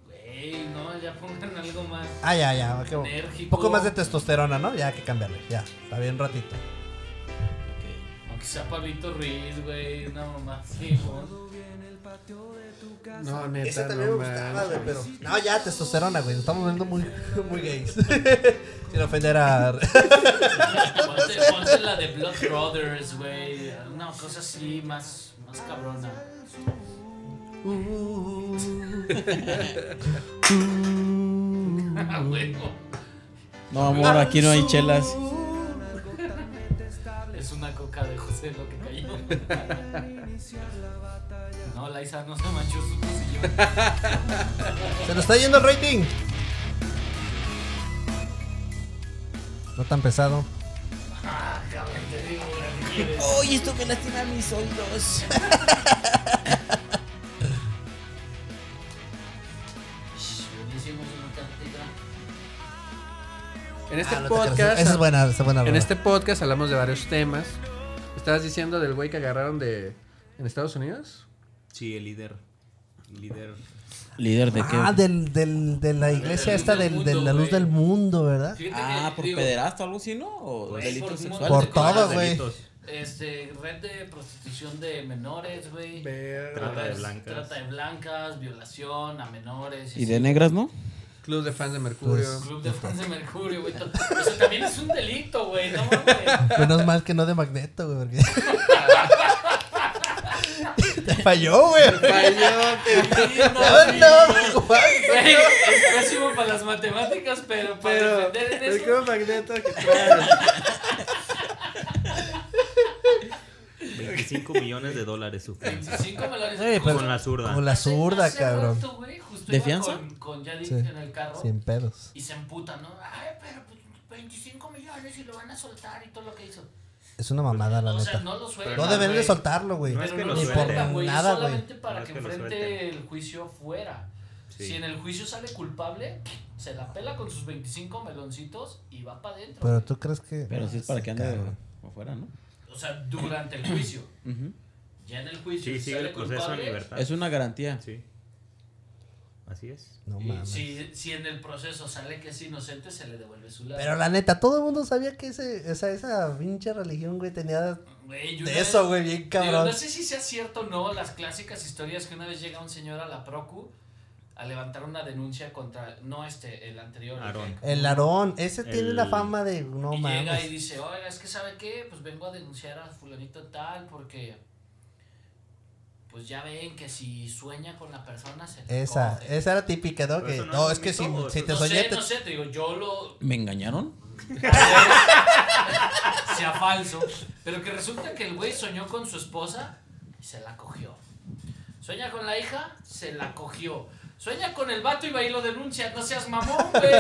Speaker 3: Güey, no, ya pongan algo más.
Speaker 4: Ah, ya, ya. ok. Un
Speaker 3: Enérgico.
Speaker 4: poco más de testosterona, ¿no? Ya hay que cambiarle. Ya. Está bien ratito.
Speaker 3: Aunque sea Pablito Ruiz, güey, una mamá así, güey.
Speaker 6: No, neta.
Speaker 4: Ese también
Speaker 6: no
Speaker 4: me gustaba,
Speaker 6: manches.
Speaker 4: güey, pero. No, ya, testosterona, güey. nos Estamos viendo muy, muy gays. Sin ofender a.
Speaker 3: Ponte, ponte la de Blood Brothers, güey. Una cosa así más, más cabrona. Ah, huevo.
Speaker 5: No, amor, aquí no hay chelas.
Speaker 3: Es una coca de José lo que cayó. No, Laisa no se manchó su sillón.
Speaker 4: Se nos está yendo el rating. No tan pesado.
Speaker 5: Oye, esto me lastima mis oídos.
Speaker 3: Buenísimo, es una cantidad.
Speaker 6: En este
Speaker 4: Ah, no te creas.
Speaker 6: podcast.
Speaker 4: Esa es buena, esa es buena.
Speaker 6: En
Speaker 4: broma.
Speaker 6: este podcast hablamos de varios temas. Estabas diciendo del güey que agarraron de. en Estados Unidos.
Speaker 1: Sí, el líder. El líder.
Speaker 7: ¿Líder de qué?
Speaker 4: Ah, del, del, de la iglesia
Speaker 3: luz
Speaker 4: esta
Speaker 3: del
Speaker 4: del- de
Speaker 3: mundo,
Speaker 4: la luz
Speaker 3: güey.
Speaker 4: del mundo, ¿verdad?
Speaker 3: Fíjate
Speaker 5: Ah,
Speaker 3: que,
Speaker 5: por
Speaker 3: digo,
Speaker 5: pederasto, algo así, ¿no? ¿O
Speaker 3: Pues,
Speaker 5: delitos
Speaker 3: por
Speaker 5: sexuales?
Speaker 4: Por
Speaker 3: de
Speaker 4: todo,
Speaker 3: cosas,
Speaker 4: güey.
Speaker 1: delitos.
Speaker 3: Este, red de prostitución de menores, güey.
Speaker 1: Trata de
Speaker 3: Es-
Speaker 1: blancas.
Speaker 3: Trata de blancas, violación a menores.
Speaker 7: ¿Y de negras, no?
Speaker 6: Club de fans de Mercurio.
Speaker 4: Pues,
Speaker 3: Club de fans de Mercurio, güey. O sea, también es un delito, güey. No mames.
Speaker 4: Menos mal que no de magneto, güey. Porque... Te falló, güey. Ah,
Speaker 3: Lindo,
Speaker 4: No, no, güey.
Speaker 3: Güey, es pésimo para las matemáticas, pero para
Speaker 6: Pero.
Speaker 3: defender en
Speaker 6: El
Speaker 3: eso.
Speaker 6: club magneto que trae.
Speaker 1: 25 millones de dólares sufrió.
Speaker 3: 25 me la
Speaker 4: Güey, pero-
Speaker 1: Pues Con la zurda.
Speaker 4: Con la zurda,
Speaker 3: Hace
Speaker 4: cabrón.
Speaker 3: rato, güey, justo
Speaker 5: ¿De
Speaker 3: iba
Speaker 5: fianza?
Speaker 3: Con, con Yadid
Speaker 4: Sí.
Speaker 3: en el carro.
Speaker 4: Sin pedos.
Speaker 3: Y se emputa, ¿no? Ay, pero pues 25 millones y lo van a soltar y todo lo que hizo.
Speaker 4: Es una mamada, la
Speaker 3: o sea,
Speaker 4: neta.
Speaker 3: no lo sueltan.
Speaker 4: No deben de
Speaker 3: güey.
Speaker 4: soltarlo, güey.
Speaker 1: No es que
Speaker 3: Pero
Speaker 1: lo
Speaker 3: no
Speaker 4: Ni
Speaker 3: lo
Speaker 4: por
Speaker 1: sueltan,
Speaker 3: sueltan, güey.
Speaker 4: nada, güey.
Speaker 3: Solamente para
Speaker 1: No es
Speaker 3: que
Speaker 1: que lo
Speaker 3: enfrente el juicio fuera.
Speaker 1: Sí.
Speaker 3: Si en el juicio sale culpable, se la pela con sus 25 meloncitos y va para adentro.
Speaker 4: Pero tú crees que.
Speaker 5: Pero sí es para que ande
Speaker 4: Cabrón.
Speaker 5: afuera, ¿no?
Speaker 3: O sea, durante el juicio.
Speaker 5: Ujú.
Speaker 3: Ya en el juicio.
Speaker 1: Sí,
Speaker 3: si
Speaker 1: sigue
Speaker 3: sale
Speaker 1: el proceso en
Speaker 3: culpable,
Speaker 1: libertad.
Speaker 5: Es una garantía.
Speaker 1: Sí. Así es.
Speaker 4: No
Speaker 3: y
Speaker 4: mames.
Speaker 3: si, si en el proceso sale que es inocente, se le devuelve su lado.
Speaker 4: Pero la neta, todo el mundo sabía que ese, esa, esa pinche religión, güey, tenía
Speaker 3: Güey, yo una
Speaker 4: de
Speaker 3: vez-
Speaker 4: eso, güey, bien
Speaker 3: Digo,
Speaker 4: cabrón.
Speaker 3: no sé si sea cierto o no las clásicas historias que una vez llega un señor a la Procu a levantar una denuncia contra, no este, el anterior.
Speaker 1: Aarón.
Speaker 3: que-
Speaker 4: El Aarón, ese tiene
Speaker 1: El-
Speaker 4: la fama de no
Speaker 3: y llega y
Speaker 4: mames.
Speaker 3: dice, oiga, es que sabe qué, pues vengo a denunciar a fulanito tal porque... Pues ya ven que si sueña con la persona se le
Speaker 4: Esa,
Speaker 3: coge".
Speaker 4: esa era típica, ¿no? Que,
Speaker 1: eso no
Speaker 4: no,
Speaker 1: es
Speaker 4: es que si,
Speaker 1: mito,
Speaker 4: si
Speaker 1: eso
Speaker 4: te
Speaker 3: no
Speaker 4: soñé,
Speaker 3: sé,
Speaker 4: te-
Speaker 3: no sé, te digo, yo lo...
Speaker 5: ¿Me engañaron?
Speaker 3: sea falso, pero que resulta que el güey soñó con su esposa y se la cogió. Sueña con la hija, se la cogió. Sueña con el vato y va y lo denuncia. No seas mamón, güey.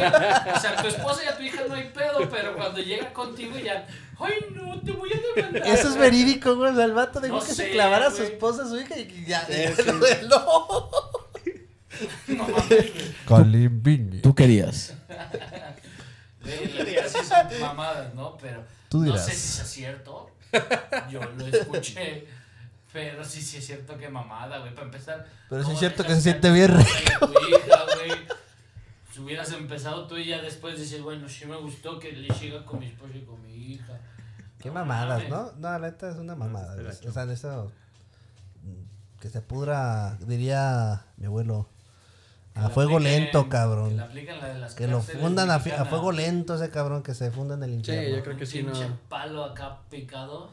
Speaker 3: O sea, tu esposa y a tu hija no hay pedo, pero cuando llega contigo ya. ¡Ay, no! Te voy a demandar.
Speaker 4: Eso es verídico, güey. O sea, el vato dejó
Speaker 3: No
Speaker 4: que se
Speaker 3: sé,
Speaker 4: clavara a su
Speaker 3: güey.
Speaker 4: esposa, a su hija y ya. No.
Speaker 3: No mames, güey.
Speaker 4: Calimbini.
Speaker 5: Tú querías.
Speaker 3: Güey, la neta sí son mamadas, ¿no? Pero.
Speaker 4: Tú
Speaker 3: No
Speaker 4: dirás.
Speaker 3: sé si es cierto. Yo lo escuché. Pero sí, sí es cierto que mamada, güey. Para empezar.
Speaker 4: Pero sí
Speaker 3: ¿cómo
Speaker 4: es cierto que
Speaker 3: dejas
Speaker 4: se siente
Speaker 3: a tu
Speaker 4: bien
Speaker 3: esposa y a tu hija, güey? Si hubieras empezado tú y ya después dices, bueno, sí me gustó que le siga con mi esposa y con mi hija.
Speaker 4: Qué
Speaker 3: No mames.
Speaker 4: mamadas, ¿no? No, la neta es una mamada.
Speaker 1: está
Speaker 4: güey.
Speaker 1: gacho.
Speaker 4: o sea, eso. mm, Que se pudra, diría mi abuelo.
Speaker 3: Que le
Speaker 4: A fuego
Speaker 3: apliquen-
Speaker 4: lento,
Speaker 3: Que le
Speaker 4: cabrón.
Speaker 3: apliquen la de las
Speaker 4: Que lo
Speaker 3: cárceles
Speaker 4: fundan a, fi- a
Speaker 3: mexicanas.
Speaker 4: fuego lento ese cabrón, que se funda en el
Speaker 6: Sí, yo
Speaker 4: infierno.
Speaker 6: creo
Speaker 3: Un
Speaker 6: que sí, no.
Speaker 3: pinche palo acá picado.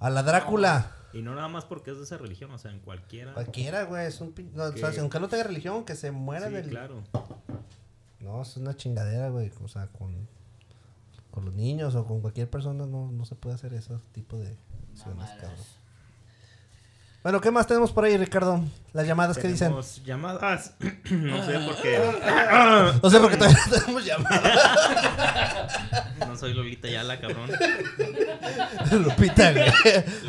Speaker 4: A la Drácula.
Speaker 1: Y no nada más porque es de esa religión, o sea, en cualquiera.
Speaker 4: Cualquiera, güey. Es un pin- no, o sea,
Speaker 1: Que-
Speaker 4: si aunque no tenga religión, que se
Speaker 1: Sí,
Speaker 4: muera del.
Speaker 1: claro.
Speaker 4: No, es una chingadera, güey. O sea, con, con los niños o con cualquier persona no, no se puede hacer ese tipo de acciones,
Speaker 3: Mamadas.
Speaker 4: cabrón. Bueno, ¿qué más tenemos por ahí, Ricardo? Las llamadas que dicen.
Speaker 1: Tenemos llamadas. no sé por qué.
Speaker 4: No sé por qué todavía no tenemos llamadas.
Speaker 1: No soy Lolita Yala, cabrón.
Speaker 4: Lupita, güey.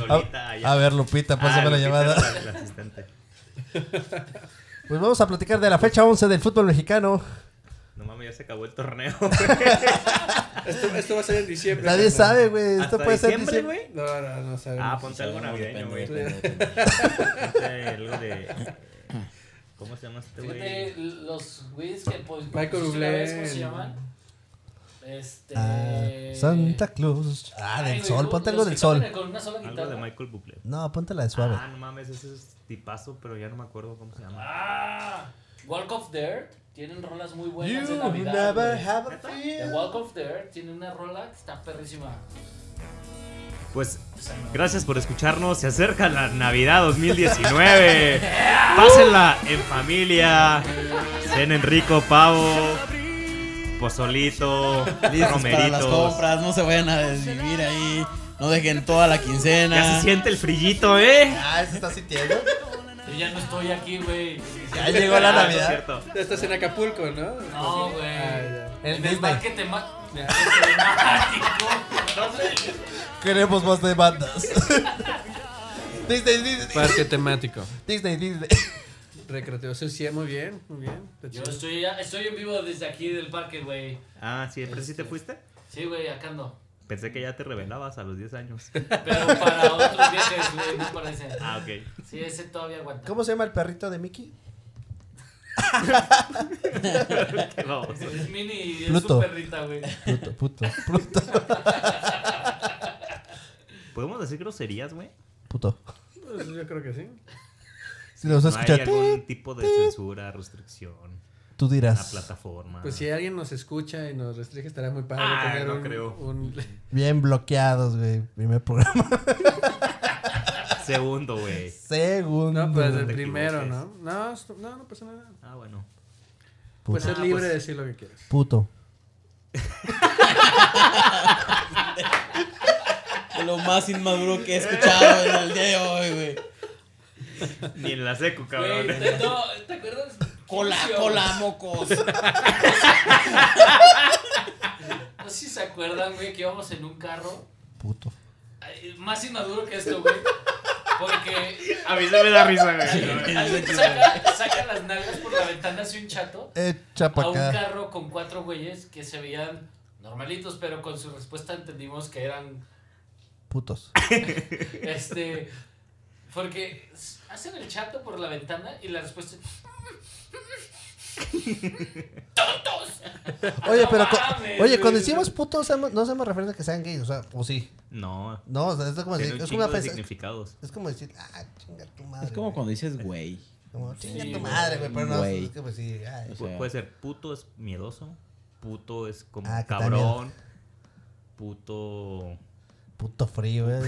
Speaker 1: Lolita
Speaker 4: A, a
Speaker 1: Ayala.
Speaker 4: ver, Lupita, pásame
Speaker 1: Ah,
Speaker 4: la
Speaker 1: Lupita
Speaker 4: llamada.
Speaker 1: era la- la asistente.
Speaker 4: Pues vamos a platicar de la fecha 11 del fútbol mexicano.
Speaker 1: No mames, ya se acabó el torneo.
Speaker 6: Esto, esto va a ser en diciembre.
Speaker 4: Nadie
Speaker 6: carnal.
Speaker 4: sabe, güey. Esto
Speaker 1: Hasta
Speaker 4: puede ser.
Speaker 1: diciembre,
Speaker 4: diciembre.
Speaker 1: güey.
Speaker 6: No, no, no sabemos.
Speaker 1: Ah, ponte algo navideño, güey.
Speaker 5: Depende, depende, depende.
Speaker 1: Ponte Este, algo de. ¿Cómo se llama este güey?
Speaker 3: Fíjate, los güeyes que pues,
Speaker 6: Michael
Speaker 3: pusiste la
Speaker 6: Bublé.
Speaker 3: vez, ¿Cómo se llaman? Este.
Speaker 4: Ah, Santa Claus. Ah,
Speaker 3: Ay,
Speaker 4: del
Speaker 3: güey,
Speaker 4: sol.
Speaker 3: ¿no?
Speaker 4: Ponte algo
Speaker 3: Los
Speaker 4: del
Speaker 3: que
Speaker 4: sol.
Speaker 3: tocan Con una sola
Speaker 1: Algo de
Speaker 3: guitarra.
Speaker 1: Michael Bublé.
Speaker 4: No, ponte la de suave.
Speaker 1: Ah, no mames, ese es tipazo, pero ya no me acuerdo cómo se llama.
Speaker 3: Ah, Walk of the Earth. Tienen rolas muy buenas de
Speaker 4: You
Speaker 3: Navidad.
Speaker 4: never
Speaker 3: güey.
Speaker 4: have a
Speaker 1: ¿Neta?
Speaker 3: The
Speaker 4: fear.
Speaker 3: Walk of the Earth tiene una rola que está perrísima.
Speaker 1: Pues
Speaker 3: O sea, no.
Speaker 1: Gracias por escucharnos. Se acerca la Navidad 2019. Pásenla en familia. Cenen en rico, pavo, pozolito,
Speaker 5: Listos para las
Speaker 1: romeritos.
Speaker 5: compras, no se vayan a desvivir ahí. No dejen toda la quincena.
Speaker 1: Ya se siente el frillito, ¿eh?
Speaker 4: Ah, se está sintiendo.
Speaker 3: Yo ya no estoy aquí, güey.
Speaker 4: Ya llegó la
Speaker 1: Ah, no es
Speaker 4: Navidad.
Speaker 1: cierto.
Speaker 6: Ya estás en Acapulco, ¿no? Ah,
Speaker 3: No, güey.
Speaker 4: El
Speaker 3: En el
Speaker 4: Ah, Disney.
Speaker 3: parque tema- temático. No sé.
Speaker 4: Queremos más demandas. Disney, Disney.
Speaker 6: Parque temático.
Speaker 4: Disney, Disney.
Speaker 6: Recreativo. Sí, sí, muy bien, muy bien. Está
Speaker 3: Yo
Speaker 6: chido.
Speaker 3: estoy, ya- estoy en vivo desde aquí del parque, güey.
Speaker 1: Ah, siempre sí te fuiste.
Speaker 3: Sí, güey, acá ando.
Speaker 1: Pensé que ya te revelabas a los 10 años.
Speaker 3: Pero para otros viajes, güey, no parece.
Speaker 1: Ah, ok.
Speaker 3: Sí, ese todavía aguanta.
Speaker 4: ¿Cómo se llama el perrito de Mickey?
Speaker 1: Qué baboso.
Speaker 3: Es mini y es
Speaker 4: Pluto.
Speaker 3: su perrita, güey.
Speaker 4: Pluto, puto, puto.
Speaker 1: ¿Podemos decir groserías, güey?
Speaker 4: Puto.
Speaker 6: Pues yo creo que sí.
Speaker 4: Si nos
Speaker 1: No hay
Speaker 4: escuchas,
Speaker 1: algún tipo de censura, restricción,
Speaker 4: tú
Speaker 1: la
Speaker 4: dirás.
Speaker 1: plataforma.
Speaker 6: Pues si alguien nos escucha y nos restringe, estará muy padre.
Speaker 1: Ah,
Speaker 6: tener
Speaker 1: no
Speaker 6: un-
Speaker 1: creo.
Speaker 6: un-
Speaker 4: Bien bloqueados, güey. Primer programa.
Speaker 1: Segundo, güey.
Speaker 4: Segundo.
Speaker 6: No, pues el
Speaker 1: te
Speaker 6: primero, ¿no?
Speaker 1: equivoques.
Speaker 6: No, esto- no, no pasa nada.
Speaker 1: Ah, bueno.
Speaker 6: Puedes
Speaker 1: Ah,
Speaker 6: ser libre
Speaker 1: pues-
Speaker 6: de decir lo que
Speaker 3: eh.
Speaker 6: quieras.
Speaker 4: Puto.
Speaker 5: Es lo más inmaduro que he escuchado en el día de hoy, güey.
Speaker 1: Ni en la secu,
Speaker 3: Güey,
Speaker 1: cabrón.
Speaker 3: te, no, ¿te acuerdas?
Speaker 5: Cola,
Speaker 3: Lucio?
Speaker 5: cola, mocos.
Speaker 3: No sé si se acuerdan, güey, que íbamos en un carro.
Speaker 4: Puto.
Speaker 3: Ay, Más inmaduro que esto, güey. Porque
Speaker 1: A mí se me da risa, güey.
Speaker 3: alguien saca, saca las nalgas por la ventana así un chato
Speaker 4: Echa
Speaker 3: a
Speaker 4: pa'
Speaker 3: un
Speaker 4: acá.
Speaker 3: carro con cuatro güeyes que se veían normalitos, pero con su respuesta entendimos que eran
Speaker 4: Putos.
Speaker 3: Este. Porque s- hacen el chato por la ventana y la respuesta es. ¡Tontos!
Speaker 4: Oye, pero
Speaker 3: No
Speaker 4: cu-
Speaker 3: mames,
Speaker 4: oye, cuando
Speaker 3: güey.
Speaker 4: decimos putos, hacemos- no hacemos referencia a que sean gays, o sea, o sí.
Speaker 1: No,
Speaker 4: No, o sea, es como
Speaker 1: tiene
Speaker 4: decir,
Speaker 1: un
Speaker 4: Pues es
Speaker 1: chingo
Speaker 4: como,
Speaker 1: de
Speaker 4: ofensa-
Speaker 1: significados.
Speaker 4: es como decir, ah, chinga tu madre.
Speaker 5: Es como
Speaker 4: güey.
Speaker 5: cuando dices, güey.
Speaker 4: Como, chinga
Speaker 3: Sí,
Speaker 4: tu
Speaker 3: güey.
Speaker 4: madre, güey, pero no,
Speaker 5: Güey.
Speaker 4: es como decir, ay.
Speaker 5: O
Speaker 1: Pu- pues-
Speaker 5: sea,
Speaker 1: puede ser puto es miedoso, puto es como
Speaker 4: Ah, que da miedo.
Speaker 1: cabrón, puto
Speaker 4: Puto frío, güey.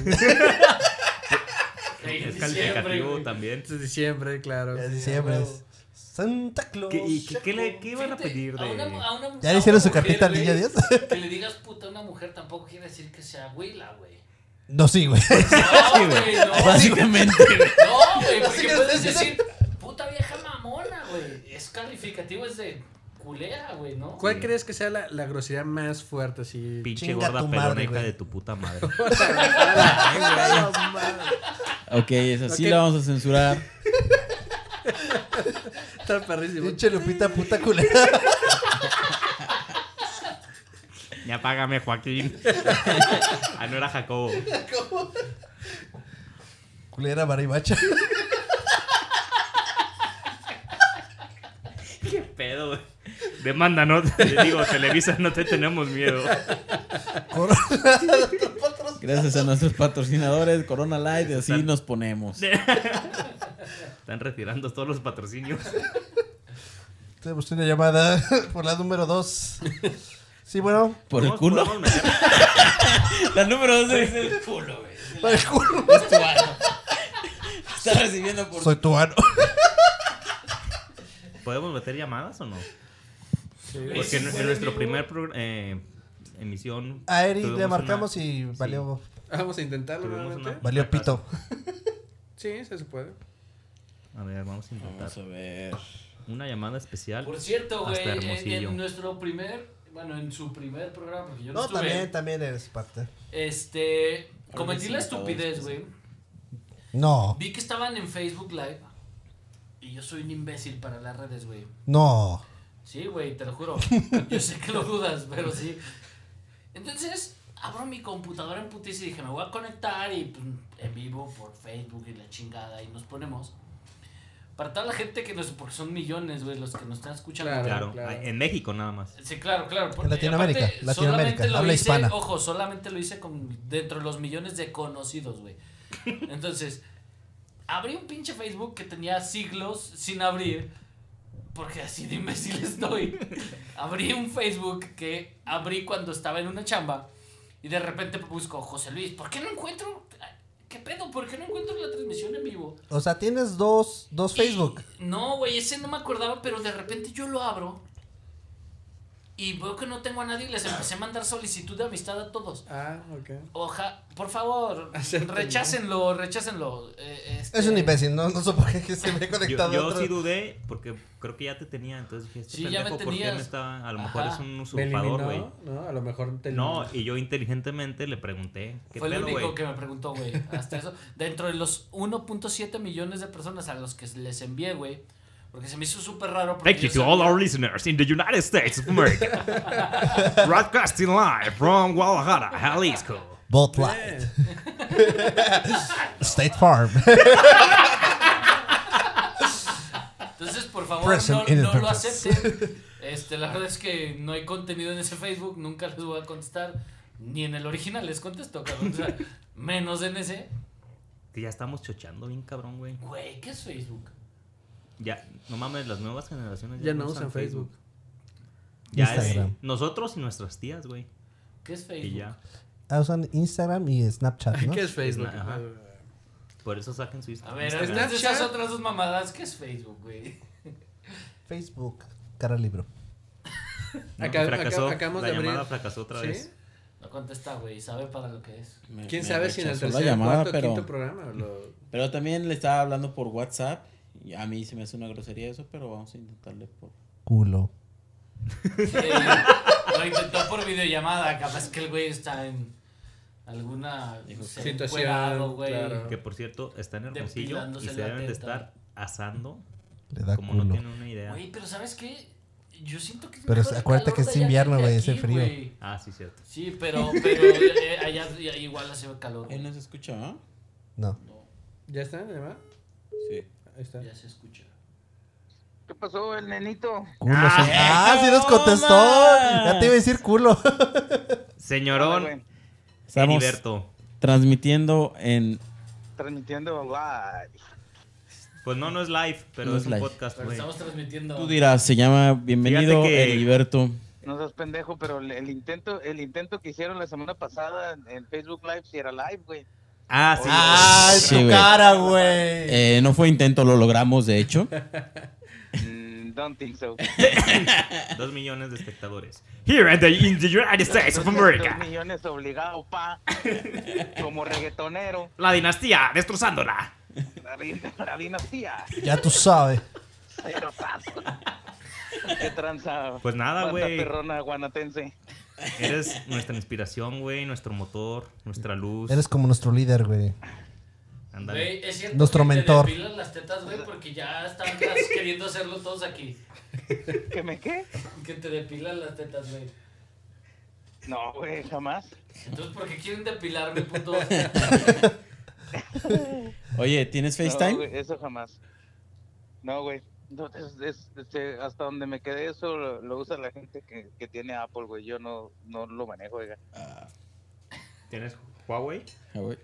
Speaker 3: Ey,
Speaker 1: es
Speaker 3: siempre,
Speaker 1: calificativo
Speaker 3: güey.
Speaker 1: también.
Speaker 6: Es diciembre, claro.
Speaker 4: Ya
Speaker 6: sí.
Speaker 4: diciembre.
Speaker 3: huevo.
Speaker 4: Santa Claus.
Speaker 1: ¿Qué, ¿Y qué, qué le, qué iban a
Speaker 3: Fíjate,
Speaker 1: pedir
Speaker 3: a una mu-
Speaker 1: de...?
Speaker 3: a una-
Speaker 4: ¿Ya
Speaker 3: a
Speaker 4: le hicieron
Speaker 3: una
Speaker 4: su
Speaker 3: mujer,
Speaker 4: cartita al
Speaker 3: güey,
Speaker 4: niño Dios?
Speaker 3: Que le digas puta a una mujer tampoco quiere decir que sea güila, güey.
Speaker 4: No, sí, güey.
Speaker 1: Pues,
Speaker 3: No, güey, no.
Speaker 5: Básicamente, güey.
Speaker 3: No, güey,
Speaker 4: Así
Speaker 3: porque
Speaker 4: que
Speaker 3: puedes
Speaker 4: ustedes
Speaker 3: decir puta vieja mamona, güey. Es calificativo, es de culera, güey, ¿no?
Speaker 6: ¿Cuál crees que sea la, la grosería más fuerte así?
Speaker 1: Pinche
Speaker 4: Chinga
Speaker 1: gorda
Speaker 4: tu madre,
Speaker 1: peloneca
Speaker 4: güey.
Speaker 1: de tu puta madre.
Speaker 5: Ok, esa sí
Speaker 6: Ok.
Speaker 5: la vamos a censurar.
Speaker 6: Está perrísimo.
Speaker 4: Pinche Lupita, puta culera.
Speaker 1: ya págame, Joaquín. ah, no era Jacobo.
Speaker 4: culera, marimacha.
Speaker 1: Qué pedo, güey. Demanda, no, te digo, Televisa, no te tenemos miedo.
Speaker 4: Corona.
Speaker 5: Gracias a nuestros patrocinadores, Corona Light, y así nos ponemos.
Speaker 1: Están retirando todos los patrocinios.
Speaker 4: Tenemos una llamada por la número 2. Sí, bueno,
Speaker 5: Por el
Speaker 1: Podemos-
Speaker 5: culo.
Speaker 1: podemos meter-
Speaker 5: La número 2 es el culo, güey.
Speaker 4: para el culo.
Speaker 5: Es tu ano. Está recibiendo por.
Speaker 4: Soy tu ano.
Speaker 1: ¿Podemos meter llamadas o no?
Speaker 3: güey,
Speaker 1: Porque
Speaker 3: si
Speaker 1: en, en
Speaker 3: fuera
Speaker 1: nuestro
Speaker 3: vivo,
Speaker 1: primer progr- eh, emisión.
Speaker 4: A Eri
Speaker 1: tuvimos
Speaker 4: le marcamos
Speaker 1: una-
Speaker 4: y valió,
Speaker 6: Vamos a intentarlo
Speaker 1: Tuvimos
Speaker 6: nuevamente.
Speaker 1: una-
Speaker 4: valió pito.
Speaker 6: Sí, sí se puede.
Speaker 1: A ver, vamos a intentar.
Speaker 5: Vamos a ver.
Speaker 1: Una llamada especial.
Speaker 3: Por cierto, güey,
Speaker 1: Hasta
Speaker 3: en- en,
Speaker 1: Hermosillo.
Speaker 3: nuestro primer, bueno, en su primer programa, porque yo no,
Speaker 4: No,
Speaker 3: estuve,
Speaker 4: también, también eres parte.
Speaker 3: este, cometí
Speaker 5: sí,
Speaker 3: la
Speaker 5: por favor,
Speaker 3: estupidez,
Speaker 5: sí.
Speaker 3: güey.
Speaker 4: No,
Speaker 3: Vi que estaban en Facebook Live y yo soy un imbécil para las redes, güey.
Speaker 4: no.
Speaker 3: Sí, güey, te lo juro. Yo sé que lo dudas, pero sí. Entonces, abro mi computadora en putis y dije, me voy a conectar y pues, en vivo por Facebook y la chingada y nos ponemos. Para toda la gente que nos. Porque son millones, güey, los que nos están escuchando.
Speaker 6: Claro.
Speaker 1: Claro, en México nada más.
Speaker 3: Sí, claro, claro. porque
Speaker 4: Latinoamérica,
Speaker 3: aparte,
Speaker 4: Latinoamérica,
Speaker 3: solamente lo
Speaker 4: habla
Speaker 3: hice-
Speaker 4: hispana.
Speaker 3: Ojo, solamente lo hice con, dentro de los millones de conocidos, güey. Entonces, abrí un pinche Facebook que tenía siglos sin abrir, porque así de imbécil estoy. Abrí un Facebook que abrí cuando estaba en una chamba y de repente busco José Luis. ¿Por qué no encuentro? ¿Qué pedo? ¿Por qué no encuentro la transmisión en vivo?
Speaker 4: O sea, tienes dos, dos Facebook.
Speaker 3: Y- no, güey, ese no me acordaba, pero de repente yo lo abro. Y veo que no tengo a nadie y les empecé a mandar solicitud de amistad a todos.
Speaker 6: Ah, ok.
Speaker 3: Oja, por favor,
Speaker 6: Acéptenlo.
Speaker 3: rechácenlo, rechácenlo. eh, este-
Speaker 4: Es un imbécil, no, no sé por qué se me he
Speaker 1: Yo,
Speaker 4: conectado
Speaker 1: yo
Speaker 4: a otro.
Speaker 1: sí dudé porque creo que ya te tenía, entonces dije, este
Speaker 3: Sí, ya me
Speaker 1: pendejo, ¿por qué
Speaker 3: tenías.
Speaker 1: me estaba? A lo
Speaker 3: Ajá.
Speaker 1: mejor es un
Speaker 6: ¿Me
Speaker 1: usurpador, güey.
Speaker 6: eliminó? No, a lo mejor te
Speaker 1: No, y yo inteligentemente le pregunté, ¿qué
Speaker 3: Fue el
Speaker 1: pedo,
Speaker 3: único
Speaker 1: güey?
Speaker 3: que me preguntó, güey. Hasta eso. Dentro de los 1.7 millones de personas a los que les envié, güey. Porque se me hizo súper raro. porque
Speaker 1: Thank you
Speaker 3: yo
Speaker 1: to all
Speaker 3: sabía-
Speaker 1: our listeners in the United States of America. Broadcasting live from Guadalajara, Jalisco.
Speaker 4: Bot
Speaker 6: Eh,
Speaker 4: Light. State Farm.
Speaker 3: Entonces, por favor,
Speaker 4: Present
Speaker 3: no,
Speaker 4: in the
Speaker 3: no lo
Speaker 4: purpose.
Speaker 3: acepten. Este, la verdad es que no hay contenido en ese Facebook, nunca les voy a contestar. Ni en el original les contesto, cabrón. O sea, menos en ese.
Speaker 1: Que ya estamos chochando bien cabrón, güey.
Speaker 3: Güey, ¿qué es Facebook?
Speaker 1: Ya, no mames, las nuevas generaciones ya,
Speaker 6: Ya no usan Facebook.
Speaker 1: Ya es
Speaker 4: Instagram.
Speaker 1: nosotros y nuestras tías, güey.
Speaker 3: ¿Qué es Facebook?
Speaker 1: Y ya.
Speaker 4: Ah, usan Instagram y Snapchat, ¿no?
Speaker 6: ¿Qué es Facebook?
Speaker 1: Ajá. Por eso saquen
Speaker 3: A
Speaker 1: su Instagram.
Speaker 3: ver,
Speaker 1: Instagram.
Speaker 3: antes de esas
Speaker 6: Snapchat.
Speaker 3: otras dos mamadas, ¿qué es Facebook, güey?
Speaker 4: Facebook. Cara al libro.
Speaker 1: No,
Speaker 6: Acá-
Speaker 1: fracasó.
Speaker 6: acá- acabamos
Speaker 1: la
Speaker 6: de abrir.
Speaker 1: llamada fracasó otra
Speaker 6: ¿Sí?
Speaker 1: vez.
Speaker 3: No contesta, güey, sabe para lo que es.
Speaker 5: Me-
Speaker 6: ¿Quién
Speaker 5: me
Speaker 6: sabe si en el
Speaker 5: rechazó
Speaker 6: tercer,
Speaker 5: la llamada,
Speaker 6: cuarto,
Speaker 5: pero,
Speaker 6: quinto programa lo-
Speaker 5: pero también le estaba hablando por WhatsApp. y a mí se me hace una grosería eso, pero vamos a intentarle por.
Speaker 4: Culo.
Speaker 3: Eh, lo intentó por videollamada, capaz que el güey está en alguna no sé,
Speaker 6: Situación,
Speaker 3: encuerado, güey.
Speaker 6: claro.
Speaker 1: Que por cierto, está en Hermosillo y
Speaker 3: Depilándose
Speaker 1: se
Speaker 3: la
Speaker 1: deben de
Speaker 3: teta.
Speaker 1: estar asando.
Speaker 4: Le da
Speaker 1: Como
Speaker 4: culo.
Speaker 1: no tienen una idea.
Speaker 3: Güey, pero ¿sabes qué? Yo siento que. es
Speaker 4: Pero
Speaker 3: mejor el
Speaker 4: acuérdate
Speaker 3: calor
Speaker 4: que
Speaker 3: de
Speaker 4: es
Speaker 3: allá
Speaker 4: invierno,
Speaker 3: que de
Speaker 4: güey, hace
Speaker 3: aquí,
Speaker 4: frío.
Speaker 3: güey.
Speaker 1: Ah, sí, cierto.
Speaker 3: Sí, pero, pero eh, allá allá igual hace calor. güey.
Speaker 5: Él no se escucha, ¿ah?
Speaker 4: No.
Speaker 6: ¿Ya está en la llamada?
Speaker 5: Sí.
Speaker 6: Ahí está.
Speaker 3: Ya se escucha.
Speaker 2: ¿Qué pasó, el nenito?
Speaker 4: Culo. son- Ah, sí nos contestó. Ya te iba a decir culo.
Speaker 1: Señorón
Speaker 2: Hola,
Speaker 5: Estamos
Speaker 1: Heriberto.
Speaker 5: transmitiendo en.
Speaker 2: Transmitiendo live.
Speaker 1: Pues no, no es live, pero
Speaker 5: No
Speaker 1: es
Speaker 5: es
Speaker 1: un
Speaker 5: live.
Speaker 1: podcast,
Speaker 3: Pero
Speaker 1: güey.
Speaker 3: estamos transmitiendo.
Speaker 5: Tú dirás, se llama Bienvenido
Speaker 1: Fíjate que-
Speaker 5: Heriberto.
Speaker 2: No seas pendejo, pero el, el intento el intento que hicieron la semana pasada en, en Facebook Live si era live, güey.
Speaker 1: Ah, sí.
Speaker 4: Ah, es tu
Speaker 5: Sí, güey.
Speaker 4: cara, güey.
Speaker 5: Eh, no fue intento, lo logramos, de hecho.
Speaker 2: Mm, don't think so.
Speaker 1: Dos millones de espectadores. Here in the, in the United States of
Speaker 2: Dos
Speaker 1: America.
Speaker 2: millones obligado, pa. Como reggaetonero.
Speaker 1: La dinastía destrozándola.
Speaker 2: La, din- la dinastía.
Speaker 4: Ya tú sabes.
Speaker 2: Cerotazo. Qué tranza.
Speaker 1: Pues nada,
Speaker 2: banda
Speaker 1: güey.
Speaker 2: perrona guanatense.
Speaker 1: Eres nuestra inspiración, güey. Nuestro motor, nuestra luz.
Speaker 4: Eres como nuestro líder, güey.
Speaker 1: Ándale.
Speaker 3: Güey, es cierto
Speaker 4: Nuestro
Speaker 3: que te
Speaker 4: mentor.
Speaker 3: depilan las tetas, güey, porque ya están casi queriendo hacerlo todos aquí.
Speaker 2: ¿Que me qué?
Speaker 3: Que te depilan las tetas, güey.
Speaker 2: No, güey, jamás.
Speaker 3: Entonces, ¿por qué quieren depilarme, puto?
Speaker 5: Oye, ¿tienes
Speaker 2: No,
Speaker 5: FaceTime?
Speaker 2: güey, eso jamás. No, güey. No, es- es- este, hasta donde me quedé eso lo, lo usa la gente que, que tiene Apple, güey. Yo no, no lo manejo, oiga.
Speaker 1: ¿Tienes Huawei?
Speaker 5: Ah, güey.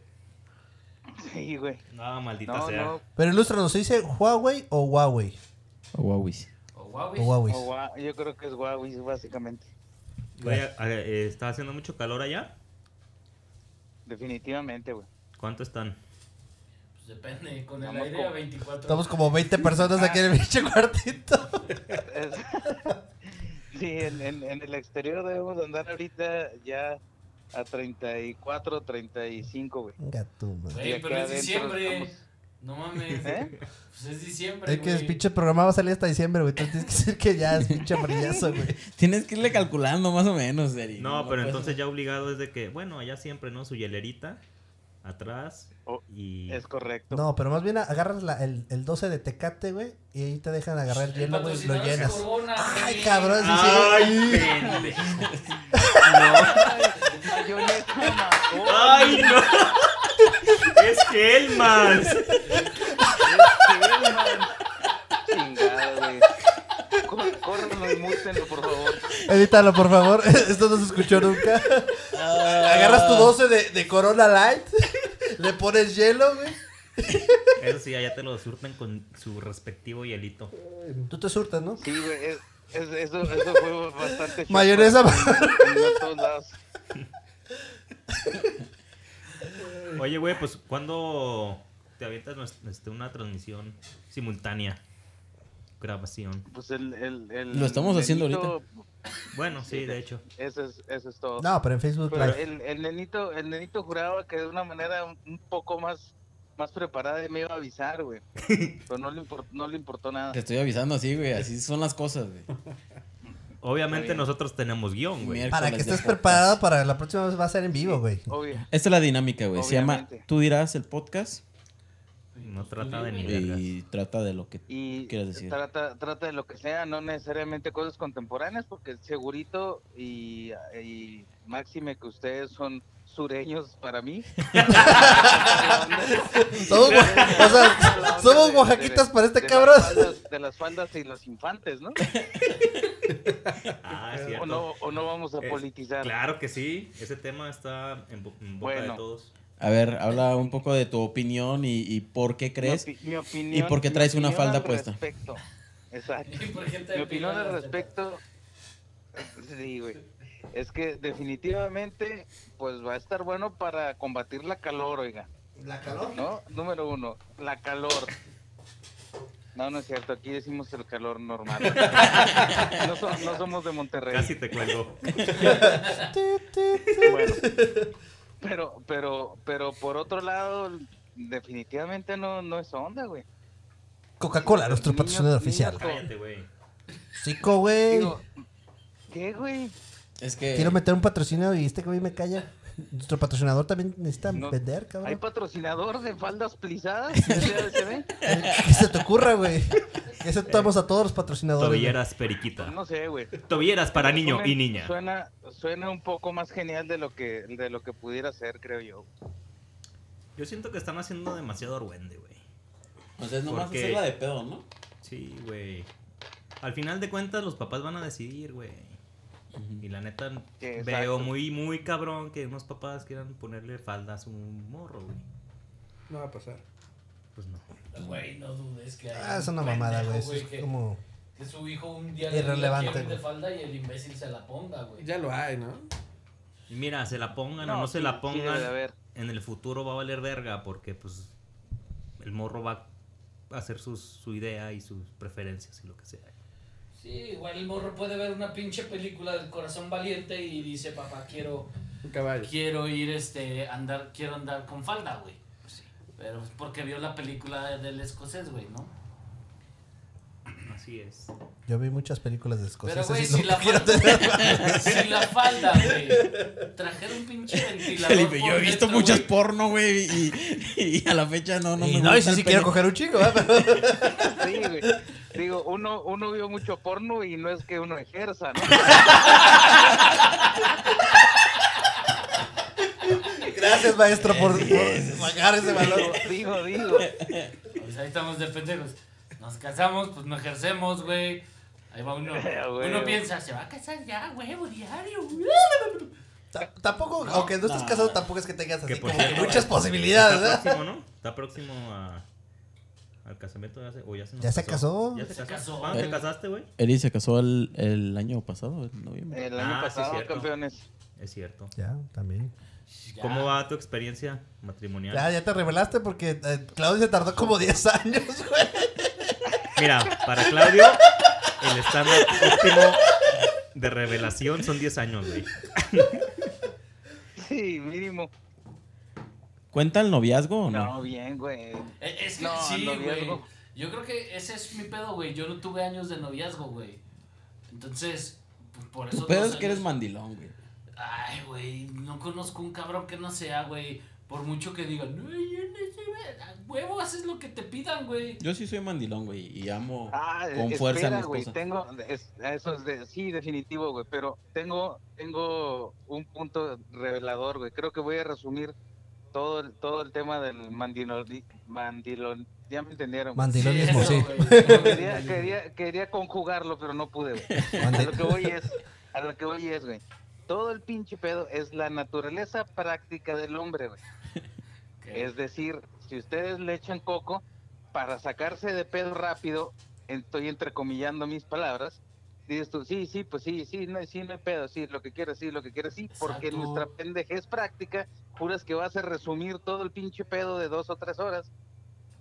Speaker 2: Sí, güey.
Speaker 1: No, maldita
Speaker 2: No,
Speaker 1: sea.
Speaker 2: no.
Speaker 4: Pero ilústranos, ¿se dice Huawei o Huawei?
Speaker 5: O Huawei.
Speaker 3: O
Speaker 4: O
Speaker 3: Huawei.
Speaker 4: Huawei.
Speaker 2: o Hua- yo creo que es Huawei, básicamente.
Speaker 1: Güey, a- a- eh, ¿está haciendo mucho calor allá?
Speaker 2: Definitivamente, güey.
Speaker 1: ¿Cuánto están?
Speaker 3: Pues depende, con el
Speaker 2: Estamos
Speaker 3: aire
Speaker 2: como-
Speaker 3: a 24.
Speaker 4: Estamos como 20 personas aquí en el pinche cuartito.
Speaker 2: Es- sí, en, en- en el exterior debemos andar ahorita ya a 34, 35, güey.
Speaker 4: Venga tú, man.
Speaker 2: Y
Speaker 3: Güey,
Speaker 2: acá
Speaker 3: pero es
Speaker 2: adentro
Speaker 3: diciembre.
Speaker 2: estamos-
Speaker 3: No mames.
Speaker 2: ¿Eh?
Speaker 3: Pues es diciembre,
Speaker 4: Es que el
Speaker 3: güey.
Speaker 4: pinche programa va a salir hasta diciembre, güey. Entonces tienes que decir que ya es pinche frillazo, güey.
Speaker 5: Tienes que irle calculando más o menos, Eri.
Speaker 1: No, pero
Speaker 5: puedes-
Speaker 1: entonces ya obligado es de que, bueno, allá siempre, ¿no? Su hielerita, atrás
Speaker 2: Oh,
Speaker 1: y...
Speaker 2: Es correcto.
Speaker 4: No, pero más bien agarras la- el, el 12 de tecate, güey. Y ahí te dejan agarrar el
Speaker 3: El
Speaker 4: hielo, güey. y Lo
Speaker 3: patrocinador es
Speaker 4: llenas.
Speaker 3: Corona,
Speaker 4: Ay,
Speaker 3: güey.
Speaker 4: cabrón. sí, sí.
Speaker 1: ¡Ay,
Speaker 2: Yo neta, ma- oh,
Speaker 1: ¡Ay, no! ¡Es Hellmans!
Speaker 2: este, man.
Speaker 4: Edítalo, por favor. Esto no se escuchó nunca. Agarras tu 12 de, de Corona Light, le pones hielo, güey.
Speaker 1: Eso sí, allá te lo surten con su respectivo hielito.
Speaker 4: Tú te surtas, ¿no?
Speaker 2: Sí, güey, es- es- eso, eso fue bastante... shock
Speaker 4: Mayonesa.
Speaker 2: para- en todos lados.
Speaker 1: Oye, güey, pues ¿cuándo te avientas nues- este, una transmisión simultánea? Grabación.
Speaker 2: Pues el, el, el
Speaker 5: Lo estamos haciendo
Speaker 2: nenito,
Speaker 1: Bueno, sí, de hecho.
Speaker 2: Eso es, eso es todo.
Speaker 4: No, pero en Facebook
Speaker 2: Pero
Speaker 4: Live.
Speaker 2: el, el nenito, el nenito juraba que de una manera un un poco más, más preparada me iba a avisar, güey. Pero no le, import- no le importó nada.
Speaker 5: Te estoy avisando así, güey. Así son las cosas, güey.
Speaker 1: Obviamente
Speaker 2: Está bien.
Speaker 1: nosotros tenemos guión, güey.
Speaker 5: Mier-
Speaker 4: Para que
Speaker 5: miércoles de
Speaker 4: estés
Speaker 5: podcast.
Speaker 4: preparado para la próxima vez va a ser en vivo, güey.
Speaker 2: Obvio.
Speaker 5: Esta es la dinámica, güey. Se llama
Speaker 2: Obviamente.
Speaker 5: Tú dirás el podcast
Speaker 1: No trata de ni vergas.
Speaker 5: y trata de lo que
Speaker 2: Y
Speaker 5: quieres decir.
Speaker 2: trata, trata de lo que sea, no necesariamente cosas contemporáneas, porque segurito y, y máxime que ustedes son sureños para mí.
Speaker 4: Somos, gua- o sea, somos oaxaquitas para este
Speaker 2: De las
Speaker 4: cabrón.
Speaker 2: faldas- de las faldas y los infantes, ¿no?
Speaker 1: Ah, es
Speaker 2: O
Speaker 1: cierto.
Speaker 2: no, o no vamos a
Speaker 1: Es-
Speaker 2: politizar.
Speaker 1: Claro que sí. Ese tema está en, bo- en boca
Speaker 2: Bueno.
Speaker 1: de todos.
Speaker 5: A ver, habla un poco de tu opinión y, y por qué crees.
Speaker 2: Mi, opi- mi opinión,
Speaker 5: por qué
Speaker 2: mi
Speaker 5: traes una
Speaker 2: opinión
Speaker 5: falda
Speaker 2: al
Speaker 5: puesta?
Speaker 2: Respecto. Exacto.
Speaker 3: ¿Y por qué te
Speaker 2: Mi opinión al
Speaker 3: depilan las tetas?
Speaker 2: respecto. Sí, güey. Es que definitivamente, pues va a estar bueno para combatir la calor, oiga.
Speaker 4: ¿La calor?
Speaker 2: ¿No? Número uno, la calor. No, no es cierto. Aquí decimos el calor normal. No, so- no somos de Monterrey.
Speaker 1: Casi te cuelgo.
Speaker 2: Bueno, pero, pero, pero por otro lado, definitivamente no, no es onda, güey.
Speaker 4: Coca-Cola, nuestro
Speaker 2: Niño-
Speaker 4: patrocinador
Speaker 2: niño
Speaker 4: oficial.
Speaker 2: con-
Speaker 1: Cállate, güey.
Speaker 4: Chico, güey.
Speaker 2: Digo, eh. ¿Qué, güey?
Speaker 5: Es que.
Speaker 4: Quiero meter un patrocinio y este güey me calla. Nuestro patrocinador también necesita
Speaker 2: No. pues.
Speaker 4: vender,
Speaker 2: ¿Hay
Speaker 4: cabrón.
Speaker 2: patrocinador de faldas plisadas? ¿SADCB?
Speaker 4: Eh, Que se te ocurra, güey. Que aceptamos a todos los patrocinadores. güey.
Speaker 1: Tobilleras periquita.
Speaker 2: No sé, güey.
Speaker 1: Tobilleras para niño
Speaker 2: Suena-
Speaker 1: y niña.
Speaker 2: Suena, suena un poco más genial de lo que de lo que pudiera ser, creo yo.
Speaker 1: Yo siento que están haciendo demasiado argüende, güey.
Speaker 5: O sea, es nomás
Speaker 1: Porque-
Speaker 5: hacerla de pedo, ¿no?
Speaker 1: Sí, güey. Al final de cuentas, los papás van a decidir, güey. Y la neta,
Speaker 2: exacto.
Speaker 1: veo muy, muy cabrón que unos papás quieran ponerle falda a su morro, güey.
Speaker 6: No va a pasar.
Speaker 1: Pues no.
Speaker 3: Güey, no dudes que. hay
Speaker 4: Ah, es
Speaker 3: un
Speaker 4: una mamada,
Speaker 3: pendejo,
Speaker 4: güey. Eso
Speaker 3: que-
Speaker 4: es como.
Speaker 3: Que su hijo un día
Speaker 4: Irrelevante,
Speaker 3: le diga, "Quiero ir de
Speaker 4: güey.
Speaker 3: falda y el imbécil se la ponga, güey.
Speaker 6: Ya lo hay, ¿no?
Speaker 1: Y mira, se la pongan o no se
Speaker 2: sí-
Speaker 1: la
Speaker 2: sí debe
Speaker 1: pongan,
Speaker 2: de haber.
Speaker 1: en el futuro va a valer verga porque, pues, el morro va a hacer sus, su idea y sus preferencias y lo que sea.
Speaker 3: Sí, igual el morro puede ver una pinche película del corazón valiente y dice, papá, quiero,
Speaker 6: Un caballo.
Speaker 3: quiero ir, este, andar, quiero andar con falda, güey. Pero es porque vio la película del escocés, güey, ¿no?
Speaker 1: Así es.
Speaker 4: Yo vi muchas películas de Escocia.
Speaker 3: Pero, güey, si, la falda, si la falda, güey, trajera un pinche ventilador.
Speaker 5: Felipe, yo
Speaker 3: por
Speaker 5: he visto
Speaker 3: dentro,
Speaker 5: muchas
Speaker 3: güey.
Speaker 5: porno, güey, y, y a la fecha no, no
Speaker 4: Y
Speaker 5: me
Speaker 4: no, y si
Speaker 5: gusta el
Speaker 4: sí quiero
Speaker 5: pene.
Speaker 4: coger un chico, ¿verdad? Pero-
Speaker 2: Sí, güey. Digo, uno, uno vio mucho porno y no es que uno ejerza, ¿no?
Speaker 4: Gracias, maestro, por, por pagar ese valor.
Speaker 2: Digo, digo.
Speaker 3: Pues ahí estamos de pendejos. Nos casamos, pues no ejercemos, güey. Ahí va uno.
Speaker 2: Ya, güey.
Speaker 3: Uno piensa, se va a casar ya, huevo, diario.
Speaker 4: Ta- Tampoco, aunque no estés casado, tampoco es que tengas así
Speaker 1: Que, por
Speaker 4: como que
Speaker 1: cierto, eh,
Speaker 4: muchas posibilidades, ¿eh?
Speaker 1: Está
Speaker 4: ¿verdad?
Speaker 1: próximo, ¿no? Está próximo a- al casamiento. Ya se, o ya se, nos
Speaker 4: ¿Ya se casó?
Speaker 1: Ya se,
Speaker 3: Se
Speaker 1: casó.
Speaker 3: casó.
Speaker 1: ¿Cuándo te casaste, güey?
Speaker 5: Eri se casó el, el año pasado, en noviembre.
Speaker 2: El año
Speaker 1: Ah, sí,
Speaker 2: pasado,
Speaker 1: cierto.
Speaker 2: campeones.
Speaker 1: Es cierto.
Speaker 4: Ya, también.
Speaker 3: Ya.
Speaker 1: ¿Cómo va tu experiencia matrimonial?
Speaker 4: Ya, ya te revelaste porque eh, Claudio se tardó como 10 años, güey.
Speaker 1: Mira, para Claudio, el estándar óptimo de revelación son 10 años, güey.
Speaker 2: Sí, mínimo.
Speaker 5: ¿Cuenta el noviazgo o no?
Speaker 2: No, bien, güey.
Speaker 3: Eh, Es que
Speaker 2: No,
Speaker 3: sí, güey.
Speaker 2: noviazgo.
Speaker 3: Yo creo que ese es mi pedo, güey. Yo no tuve años de noviazgo, güey. Entonces, pues, por eso.
Speaker 5: tu pedo
Speaker 3: dos
Speaker 5: es que eres
Speaker 3: años-
Speaker 5: mandilón, güey.
Speaker 3: Ay, güey, no conozco un cabrón que no sea, güey. Por mucho que digan, no, yo no sé, güey". A huevo, haces lo que te pidan, güey.
Speaker 5: Yo sí soy mandilón, güey, y amo
Speaker 2: Ah,
Speaker 5: con
Speaker 2: espera,
Speaker 5: fuerza a mi
Speaker 2: güey,
Speaker 5: esposa.
Speaker 2: tengo, es- eso es de, sí, definitivo, güey, pero tengo, tengo un punto revelador, güey. Creo que voy a resumir todo el, todo el tema del mandilón, mandilón, ya me entendieron. güey.
Speaker 4: Mandilonismo,
Speaker 3: eso,
Speaker 4: sí.
Speaker 3: güey.
Speaker 2: Quería, quería, quería conjugarlo, pero no pude, güey. A
Speaker 4: Mandi-
Speaker 2: lo que voy es, a lo que voy es, güey. Todo el pinche pedo es la naturaleza práctica del hombre, güey.
Speaker 3: Eh.
Speaker 2: Es decir, si ustedes le echan coco, para sacarse de pedo rápido, estoy entrecomillando mis palabras, dices tú, sí, sí, pues sí, sí, no, sí, no hay pedo, sí, lo que quieras, sí, lo que quieras, sí, porque
Speaker 3: Exacto.
Speaker 2: nuestra pendejez práctica, juras que vas a resumir todo el pinche pedo de dos o tres horas,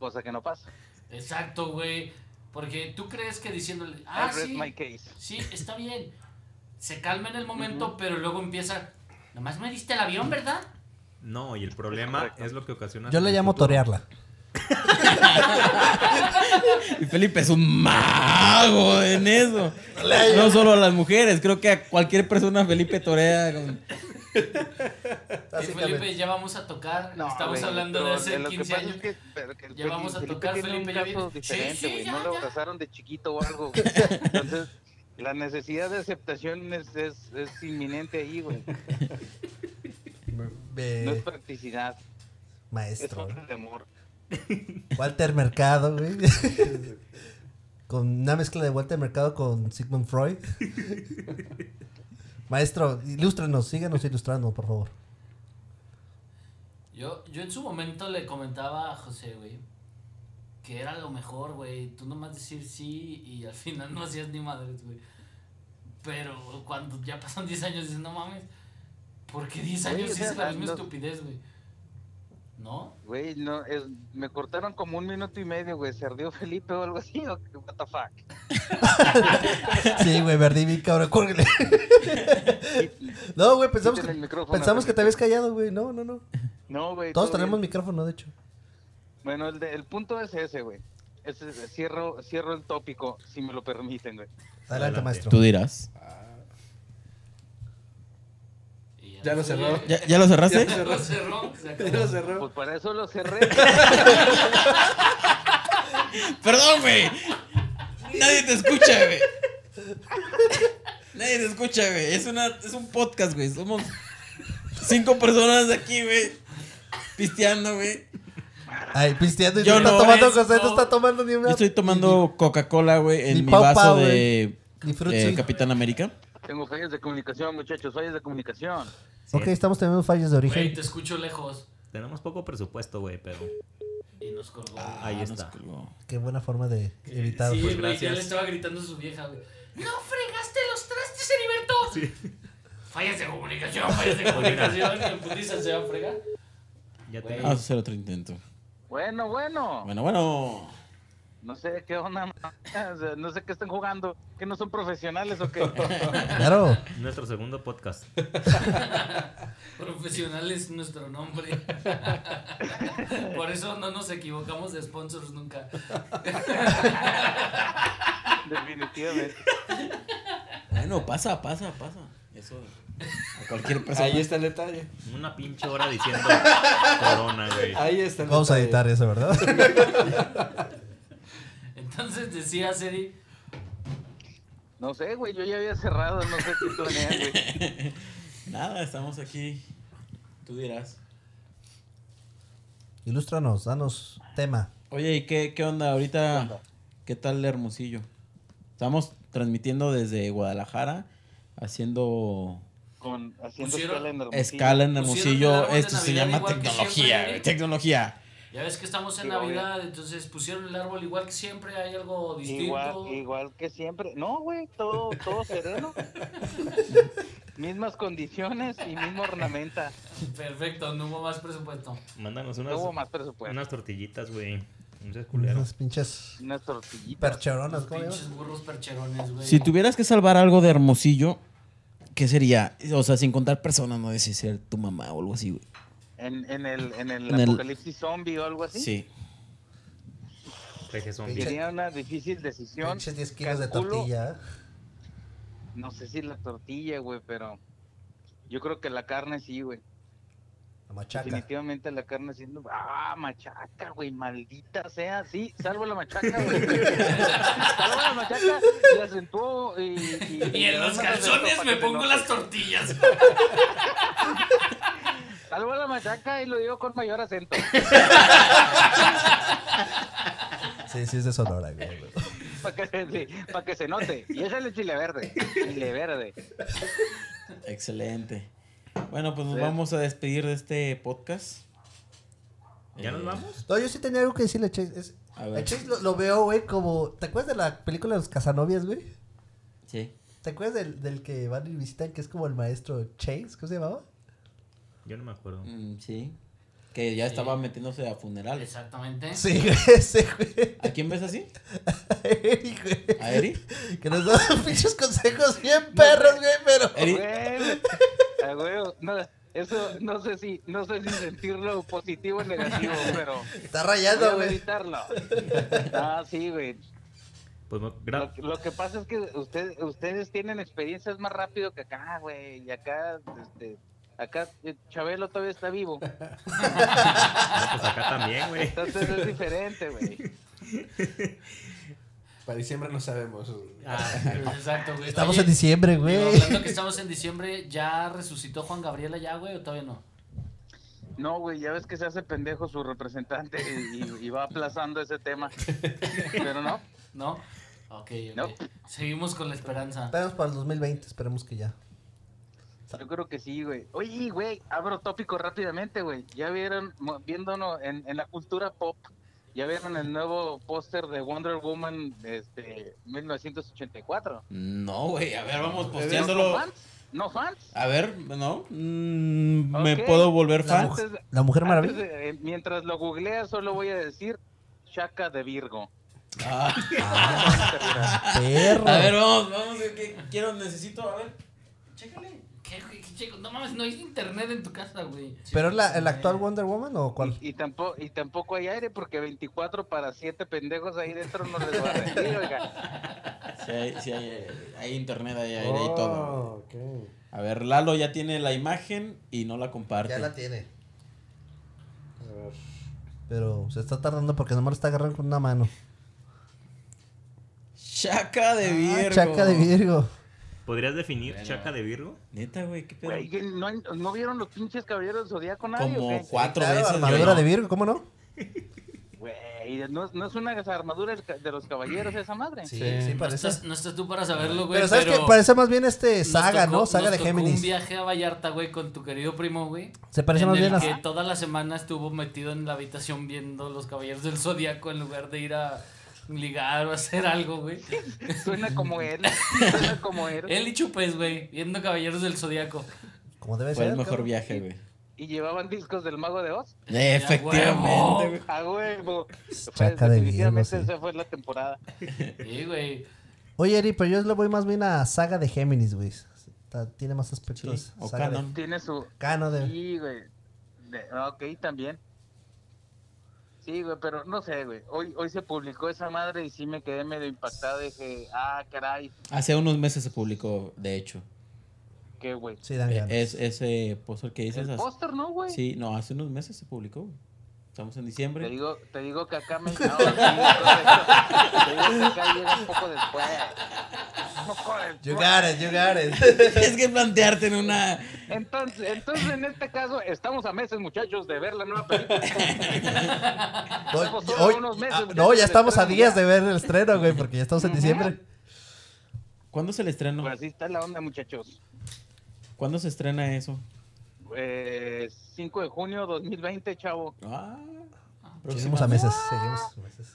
Speaker 2: cosa que no pasa.
Speaker 3: Exacto, güey. Porque tú crees que diciéndole, ah,
Speaker 2: I rest
Speaker 3: sí,
Speaker 2: my case.
Speaker 3: sí, está bien. Se calma en el momento, pero luego empieza, nomás me diste el avión, ¿verdad?
Speaker 8: No, y el problema es lo que ocasiona.
Speaker 4: Yo le llamo torearla.
Speaker 5: Y Felipe es un mago en eso. No solo a las mujeres, creo que a cualquier persona Felipe torea. con-
Speaker 3: Sí, Felipe, ya vamos a tocar. Estamos
Speaker 2: güey,
Speaker 3: hablando de
Speaker 2: pero
Speaker 3: hace
Speaker 2: lo que
Speaker 3: 15
Speaker 2: pasa
Speaker 3: años.
Speaker 2: es que- pero que el
Speaker 3: Ya
Speaker 2: Felipe-
Speaker 3: vamos a tocar,
Speaker 2: tiene un
Speaker 3: Felipe, ya
Speaker 2: caso
Speaker 3: viene.
Speaker 2: diferente,
Speaker 3: Sí, sí,
Speaker 2: güey,
Speaker 3: ya,
Speaker 2: no lo
Speaker 3: ya.
Speaker 2: abrazaron de chiquito o algo. güey. Entonces, la necesidad de aceptación es, es, es inminente ahí, güey. No es
Speaker 4: Ve,
Speaker 2: practicidad, es
Speaker 4: maestro.
Speaker 2: falta de amor.
Speaker 4: Walter Mercado, güey. con una mezcla de Walter Mercado con Sigmund Freud. Maestro, ilústrenos, síganos ilustrando, por favor.
Speaker 3: Yo, yo en su momento le comentaba a José, güey, que era lo mejor, güey. Tú nomás decir sí y al final no hacías ni madres, güey. Pero cuando ya pasan 10 años dices, no mames, porque 10
Speaker 2: Oye,
Speaker 3: años
Speaker 2: o sea,
Speaker 3: hice la misma
Speaker 2: no-
Speaker 3: estupidez, güey. ¿No?
Speaker 2: Güey, no, es, me cortaron como un minuto y medio, güey. ¿Se ardió Felipe o algo así? ¿O qué? what the fuck?
Speaker 4: Sí, güey, perdí mi cabrón, córrele. No, güey, pensamos
Speaker 2: Quítale el
Speaker 4: que,
Speaker 2: micrófono,
Speaker 4: pensamos que
Speaker 2: Felipe.
Speaker 4: te habías callado, güey. No, no, no.
Speaker 2: No, güey.
Speaker 4: Todos
Speaker 2: todo bien.
Speaker 4: tenemos micrófono, de hecho.
Speaker 2: Bueno, el, de- el punto es ese, güey. Ese es- cierro, cierro el tópico, si me lo permiten, güey.
Speaker 4: Adelante,
Speaker 8: Adelante.
Speaker 4: maestro.
Speaker 5: Tú dirás.
Speaker 3: Y
Speaker 6: Ya lo cerró.
Speaker 5: ¿Ya, ya lo cerraste?
Speaker 3: Ya lo cerró. se acabó.
Speaker 6: Lo cerró.
Speaker 2: Pues para eso lo cerré.
Speaker 5: Perdón, güey. Nadie te escucha, güey. Nadie te escucha, güey. Es, una, es un podcast, güey. Somos cinco personas aquí, güey. Pisteando, güey.
Speaker 4: Ay, pisteando y
Speaker 5: Yo
Speaker 4: no está
Speaker 5: no
Speaker 4: tomando
Speaker 3: esto.
Speaker 4: cosas, no está tomando ni
Speaker 5: Yo
Speaker 4: una.
Speaker 5: estoy tomando Coca-Cola, güey,
Speaker 4: ni
Speaker 5: en mi
Speaker 4: Pau
Speaker 5: vaso
Speaker 4: Pau,
Speaker 5: de
Speaker 4: Ni Fruitsy.
Speaker 5: eh, Capitán América.
Speaker 2: Tengo fallas de comunicación, muchachos, fallas de comunicación.
Speaker 4: Ok, estamos teniendo fallas de
Speaker 3: Güey,
Speaker 4: origen.
Speaker 3: te escucho lejos.
Speaker 8: Tenemos poco presupuesto, güey, pero
Speaker 3: Y nos colgó.
Speaker 8: ahí
Speaker 5: nos
Speaker 8: está.
Speaker 5: Ah, colgó.
Speaker 4: Qué buena forma de evitar.
Speaker 3: Sí,
Speaker 4: güey.
Speaker 3: güey, ya le
Speaker 8: gracias.
Speaker 3: estaba gritando a su vieja, güey. ¡No fregaste los trastes, Heriberto! Fallas de comunicación, fallas de comunicación. En putiza se va a fregar.
Speaker 8: Ya
Speaker 3: Güey.
Speaker 8: tenemos-
Speaker 5: Vamos a hacer otro intento.
Speaker 2: Bueno, bueno.
Speaker 5: Bueno, bueno.
Speaker 2: No sé qué onda, ma- o sea, no sé qué están jugando, que no son profesionales o qué.
Speaker 4: Claro.
Speaker 8: nuestro segundo podcast.
Speaker 3: Profesional es nuestro nombre. Por eso no nos equivocamos de sponsors nunca.
Speaker 2: Definitivamente.
Speaker 5: Bueno, Ah, pasa, pasa, pasa. Eso. A cualquier persona.
Speaker 6: Ahí está el detalle.
Speaker 8: Una pinche hora diciendo corona, güey.
Speaker 6: Ahí está el
Speaker 4: Vamos a
Speaker 6: detalle.
Speaker 4: editar eso, ¿verdad?
Speaker 3: Entonces decía Seri,
Speaker 2: No sé, güey, yo ya había cerrado, no sé qué planean, güey.
Speaker 5: Nada, estamos aquí. Tú dirás.
Speaker 4: Ilústranos, danos tema.
Speaker 5: Oye, ¿y qué, qué onda ahorita? ¿Qué tal Hermosillo? Estamos transmitiendo desde Guadalajara, haciendo
Speaker 2: Con, haciendo
Speaker 3: Pusieron
Speaker 2: escala en Hermosillo.
Speaker 5: escala en
Speaker 3: Pusieron el
Speaker 5: Hermosillo.
Speaker 3: árbol de
Speaker 5: Esto se
Speaker 3: Navidad
Speaker 5: llama
Speaker 3: igual que
Speaker 5: tecnología,
Speaker 3: siempre.
Speaker 5: güey, tecnología.
Speaker 3: ya ves que estamos en
Speaker 2: Sí,
Speaker 3: Navidad, entonces pusieron el árbol igual que siempre, hay algo distinto.
Speaker 2: Igual, igual que siempre. No, güey, todo, todo sereno. Mismas condiciones y misma ornamenta.
Speaker 3: Perfecto, no hubo más presupuesto.
Speaker 8: Mándanos
Speaker 2: No
Speaker 8: unas,
Speaker 2: hubo más presupuesto.
Speaker 8: unas tortillitas, güey. No seas culero.
Speaker 4: Unas pinches
Speaker 2: Unas tortillitas.
Speaker 4: percheronas,
Speaker 3: Los
Speaker 4: ¿cómo le
Speaker 3: pinches
Speaker 4: llaman?
Speaker 3: burros percherones, güey.
Speaker 5: Si tuvieras que salvar algo de Hermosillo, ¿qué sería? O sea, sin contar personas, no decir ser tu mamá o algo así, güey.
Speaker 2: En, en el, en el
Speaker 5: En el-
Speaker 2: apocalipsis zombie o algo así.
Speaker 5: Sí.
Speaker 8: Peje zombie.
Speaker 4: Pinche-
Speaker 2: Sería una difícil decisión.
Speaker 4: Pinches 10 kilos de
Speaker 2: Calculo-
Speaker 4: tortilla. ¿eh?
Speaker 2: No sé si la tortilla, güey, pero yo creo que la carne sí, güey.
Speaker 4: La machaca.
Speaker 2: Definitivamente la carne sí. no- Ah, machaca, güey, maldita sea. Sí, salvo la machaca, güey. salvo la machaca, la acentuó y... Y,
Speaker 3: Y en los
Speaker 2: no me
Speaker 3: calzones
Speaker 2: aceptó
Speaker 3: me
Speaker 2: para
Speaker 3: pongo
Speaker 2: que
Speaker 3: las tortillas.
Speaker 2: no- Salvo la machaca y lo digo con mayor acento.
Speaker 4: Sí, sí, es de Sonora, güey.
Speaker 2: para que, pa' que se note. Y échale chile verde. Chile verde.
Speaker 5: Excelente. Bueno, pues nos vamos a despedir de este podcast.
Speaker 8: ¿Ya nos
Speaker 5: Eh,
Speaker 8: vamos?
Speaker 4: No, yo sí tenía algo que decirle a Chase. Es-
Speaker 5: A ver.
Speaker 4: a Chase lo, lo veo, güey, como. ¿Te acuerdas de la película de los Casanovias, güey?
Speaker 5: Sí.
Speaker 4: ¿Te acuerdas del, del que van y visitan, que es como el maestro Chase? ¿Cómo se llamaba?
Speaker 8: Yo no me acuerdo.
Speaker 5: Mm, sí. Que ya estaba metiéndose a funerales.
Speaker 3: Exactamente.
Speaker 4: Sí, güey, ese, güey.
Speaker 5: ¿A quién ves así?
Speaker 4: Eric, güey.
Speaker 5: ¿A Eri?
Speaker 4: Que nos da pinches consejos bien perros, güey, pero.
Speaker 5: Eri.
Speaker 2: Güey, a huevo. No, eso no sé si, no sé si sentirlo positivo o negativo, pero
Speaker 4: Está
Speaker 2: voy a
Speaker 4: rayado, güey.
Speaker 2: meditarlo. Ah, sí, güey.
Speaker 8: Pues no,
Speaker 2: Lo,
Speaker 8: gra-
Speaker 2: lo que pasa es que usted, ustedes tienen experiencias más rápido que acá, güey. Y acá, este, acá eh, Chabelo todavía está vivo.
Speaker 8: pues acá también, güey.
Speaker 2: Entonces es diferente, güey.
Speaker 6: Para diciembre no sabemos. güey.
Speaker 3: Ah, exacto, güey.
Speaker 4: Estamos
Speaker 3: Oye,
Speaker 4: en diciembre,
Speaker 3: digo,
Speaker 4: güey.
Speaker 3: Hablando que estamos en diciembre, ¿ya resucitó Juan Gabriel allá, güey? ¿O todavía no?
Speaker 2: No, güey, ya ves que se hace pendejo su representante y, y- y va aplazando ese tema. Pero no,
Speaker 3: ¿No? Ok, ok.
Speaker 2: No.
Speaker 3: Seguimos con la esperanza.
Speaker 4: Esperemos para el 2020, esperemos que ya.
Speaker 2: yo creo que sí, güey. Oye, güey, abro tópico rápidamente, güey. Ya vieron, mo- viéndonos en, en la cultura pop, ya vieron el nuevo póster de Wonder Woman este, 1984.
Speaker 5: No, güey. A ver, vamos
Speaker 2: ¿No
Speaker 5: posteándolo. Ah,
Speaker 2: fans? ¿No fans?
Speaker 5: A ver, ¿no? Mm, ¿Me
Speaker 2: Ok.
Speaker 5: puedo volver
Speaker 4: La
Speaker 5: fan?
Speaker 4: mujer, la mujer
Speaker 2: Antes
Speaker 4: maravilla.
Speaker 2: de- eh, mientras lo googleas, solo voy a decir Chaca de Virgo.
Speaker 5: Ah,
Speaker 4: Ah, Perro.
Speaker 5: a ver, vamos, vamos. es que Quiero, necesito, a ver. Chécale.
Speaker 3: ¿Qué, güey? ¿Qué chico? No mames, no hay internet en tu casa, güey.
Speaker 4: ¿Pero es la, el actual Wonder Woman o cuál?
Speaker 2: Y, tampoco, y tampoco hay aire porque 24 para 7 pendejos ahí dentro no les va a rendir, oiga.
Speaker 5: Sí, hay, sí hay, hay internet, hay aire y todo.
Speaker 6: Oh, ok.
Speaker 5: A ver, Lalo ya tiene la imagen y no la comparte.
Speaker 4: tiene.
Speaker 6: A ver.
Speaker 4: Pero se está tardando porque nomás lo está agarrando con una mano.
Speaker 5: Chaca de Virgo.
Speaker 4: Ah, Chaca de Virgo.
Speaker 8: ¿Podrías definir
Speaker 7: Bueno.
Speaker 8: chaca de Virgo?
Speaker 5: Neta, güey, qué pedo.
Speaker 2: Güey, ¿que ¿no, hay- ¿No vieron los pinches caballeros del zodiaco nadie? o
Speaker 5: Como
Speaker 2: qué?
Speaker 5: cuatro
Speaker 4: Claro,
Speaker 5: veces.
Speaker 4: armadura
Speaker 5: güey.
Speaker 4: de Virgo, ¿cómo no?
Speaker 2: Güey, ¿no, es- no es una armadura del ca- de los caballeros esa madre?
Speaker 6: Sí. sí
Speaker 3: No estás, no estás tú para saberlo, güey.
Speaker 4: pero sabes que parece más bien este
Speaker 3: nos
Speaker 4: saga,
Speaker 3: tocó-
Speaker 4: ¿no? Saga
Speaker 3: nos
Speaker 4: de
Speaker 3: tocó un
Speaker 4: Géminis.
Speaker 3: viaje a Vallarta, güey, con tu querido primo, güey.
Speaker 4: Se parece
Speaker 3: en
Speaker 4: más
Speaker 3: el
Speaker 4: bien a.
Speaker 3: que toda la semana estuvo metido en la habitación viendo los caballeros del zodiaco en lugar de ir a ligar o hacer algo, güey.
Speaker 2: Suena como él, suena como él.
Speaker 3: Él y Chupes, güey, viendo caballeros del zodiaco.
Speaker 4: Como debe
Speaker 5: Fue
Speaker 4: ser.
Speaker 5: el mejor
Speaker 4: cabrón.
Speaker 5: viaje, güey.
Speaker 2: Y llevaban discos del Mago de Oz.
Speaker 5: Efectivamente, güey.
Speaker 2: A huevo. Fue-
Speaker 4: Chaca de Virgo.
Speaker 2: definitivamente
Speaker 4: sí.
Speaker 2: esa fue la temporada.
Speaker 3: Sí, güey.
Speaker 4: Oye, Eri, pero yo le voy más bien a saga de Géminis, güey. Está- Tiene más aspectos.
Speaker 5: Sí, o
Speaker 4: saga de-
Speaker 5: canon.
Speaker 2: Tiene su,
Speaker 4: Cano de.
Speaker 2: Sí, güey. De- ok, también. Sí, güey, pero no sé, güey. Hoy, hoy se publicó esa madre y sí me quedé medio impactado. Dije, ah, caray,
Speaker 5: Hace unos meses se publicó, de hecho.
Speaker 2: qué güey.
Speaker 4: Sí, dan
Speaker 5: Eh,
Speaker 4: ganas.
Speaker 5: Es ese póster que dices.
Speaker 2: El
Speaker 5: hace-
Speaker 2: póster, ¿no, güey?
Speaker 5: Sí, no, hace unos meses se publicó. güey. Estamos en
Speaker 2: Te
Speaker 5: diciembre.
Speaker 2: digo, te digo que acá me... No, sí, güey, correcto. te digo que acá llega un poco después. Un poco después.
Speaker 4: You got it, you got it.
Speaker 5: Tienes que plantearte en una.
Speaker 2: Entonces, entonces, en este caso, estamos a meses, muchachos, de ver la nueva película.
Speaker 4: No,
Speaker 2: Estamos solo
Speaker 4: hoy-
Speaker 2: unos meses,
Speaker 4: ah,
Speaker 2: güey,
Speaker 4: no,
Speaker 2: del
Speaker 4: ya estamos a
Speaker 2: estreno,
Speaker 4: días
Speaker 2: ya.
Speaker 4: de ver el estreno, güey, porque ya estamos en diciembre.
Speaker 5: ¿Cuándo se le estrena?
Speaker 2: Pues así está la onda, muchachos.
Speaker 5: ¿Cuándo se estrena eso?
Speaker 2: Eh, 5 de junio 2020, chavo.
Speaker 5: Ah,
Speaker 4: Seguimos a meses, seguimos a meses.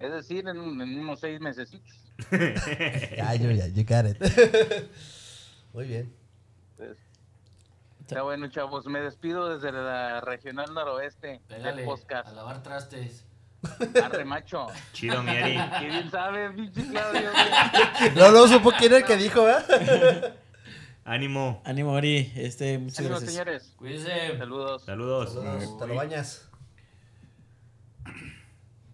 Speaker 2: Es decir, en, un- en unos seis meses.
Speaker 4: Ya, yo, ya, you got it. Muy bien.
Speaker 2: Está bueno, chavos. Me despido desde la regional noroeste
Speaker 3: Pégale
Speaker 2: del podcast.
Speaker 3: a lavar trastes.
Speaker 2: Arre, macho.
Speaker 8: Chido, mi Eri.
Speaker 2: Que bien sabe, pinche Claudio, güey.
Speaker 4: No, no supo quién era el que dijo, ¿verdad?
Speaker 8: Ánimo.
Speaker 5: Ánimo, Ori. Este, muchas
Speaker 2: Ánimo,
Speaker 5: gracias.
Speaker 2: señores.
Speaker 3: Cuídense.
Speaker 2: Saludos.
Speaker 1: Pues,
Speaker 8: Saludos.
Speaker 4: Te lo bañas.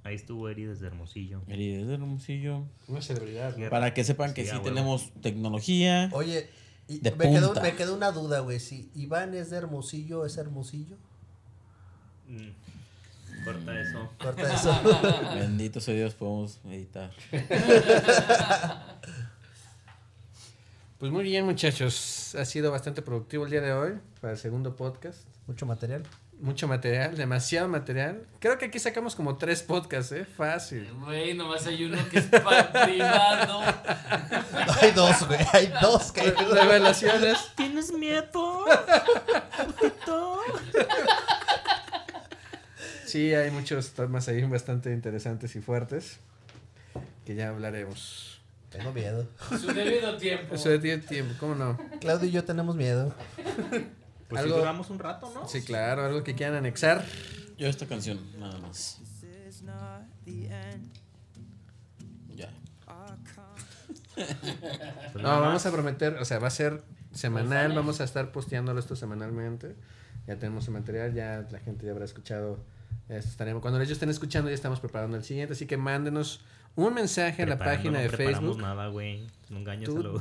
Speaker 8: Ahí estuvo Eri desde Hermosillo.
Speaker 5: Ori, desde Hermosillo.
Speaker 6: Una celebridad. ¿no?
Speaker 5: Para que sepan que
Speaker 8: Sí,
Speaker 5: sí,
Speaker 8: a huevo.
Speaker 5: tenemos tecnología.
Speaker 4: Oye, y
Speaker 5: De
Speaker 4: me, quedó,
Speaker 5: punta.
Speaker 4: me quedó una duda, güey. Si Iván es de Hermosillo, ¿es Hermosillo?
Speaker 8: Mm. Corta eso.
Speaker 4: Corta eso.
Speaker 5: Bendito sea Dios, podemos editar.
Speaker 6: Pues muy bien, muchachos. Ha sido bastante productivo el día de hoy para el segundo podcast.
Speaker 4: Mucho material.
Speaker 6: Mucho material, demasiado material. Creo que aquí sacamos como tres podcasts, ¿eh? Fácil.
Speaker 3: Güey, nomás hay uno que es pa- privado.
Speaker 4: Hay dos, güey. Hay dos que.
Speaker 6: Revelaciones.
Speaker 1: ¿Tienes miedo?
Speaker 6: Sí, hay muchos temas ahí bastante interesantes y fuertes que ya hablaremos.
Speaker 4: Tengo miedo.
Speaker 3: Su debido tiempo.
Speaker 6: Eso de tiene tiempo, ¿cómo no?
Speaker 4: Claudio y yo tenemos miedo.
Speaker 1: Pues sí
Speaker 6: Algo-
Speaker 1: duramos un rato, ¿no?
Speaker 6: Sí, claro, algo que quieran anexar.
Speaker 5: Yo esta canción, nada más. Ya.
Speaker 1: Pues nada
Speaker 6: No, vamos
Speaker 1: más. Pues
Speaker 6: a prometer, o sea, va a ser semanal, vamos a estar posteándolo esto semanalmente. Ya tenemos el material, ya la gente ya habrá escuchado. esto. Estaremos, cuando ellos estén escuchando, ya estamos preparando el siguiente. Así que mándenos un mensaje en la
Speaker 1: Preparando,
Speaker 6: página
Speaker 1: no
Speaker 6: de
Speaker 1: preparamos
Speaker 6: Facebook.
Speaker 1: nada, güey. No engañes
Speaker 6: Tú-
Speaker 1: a los...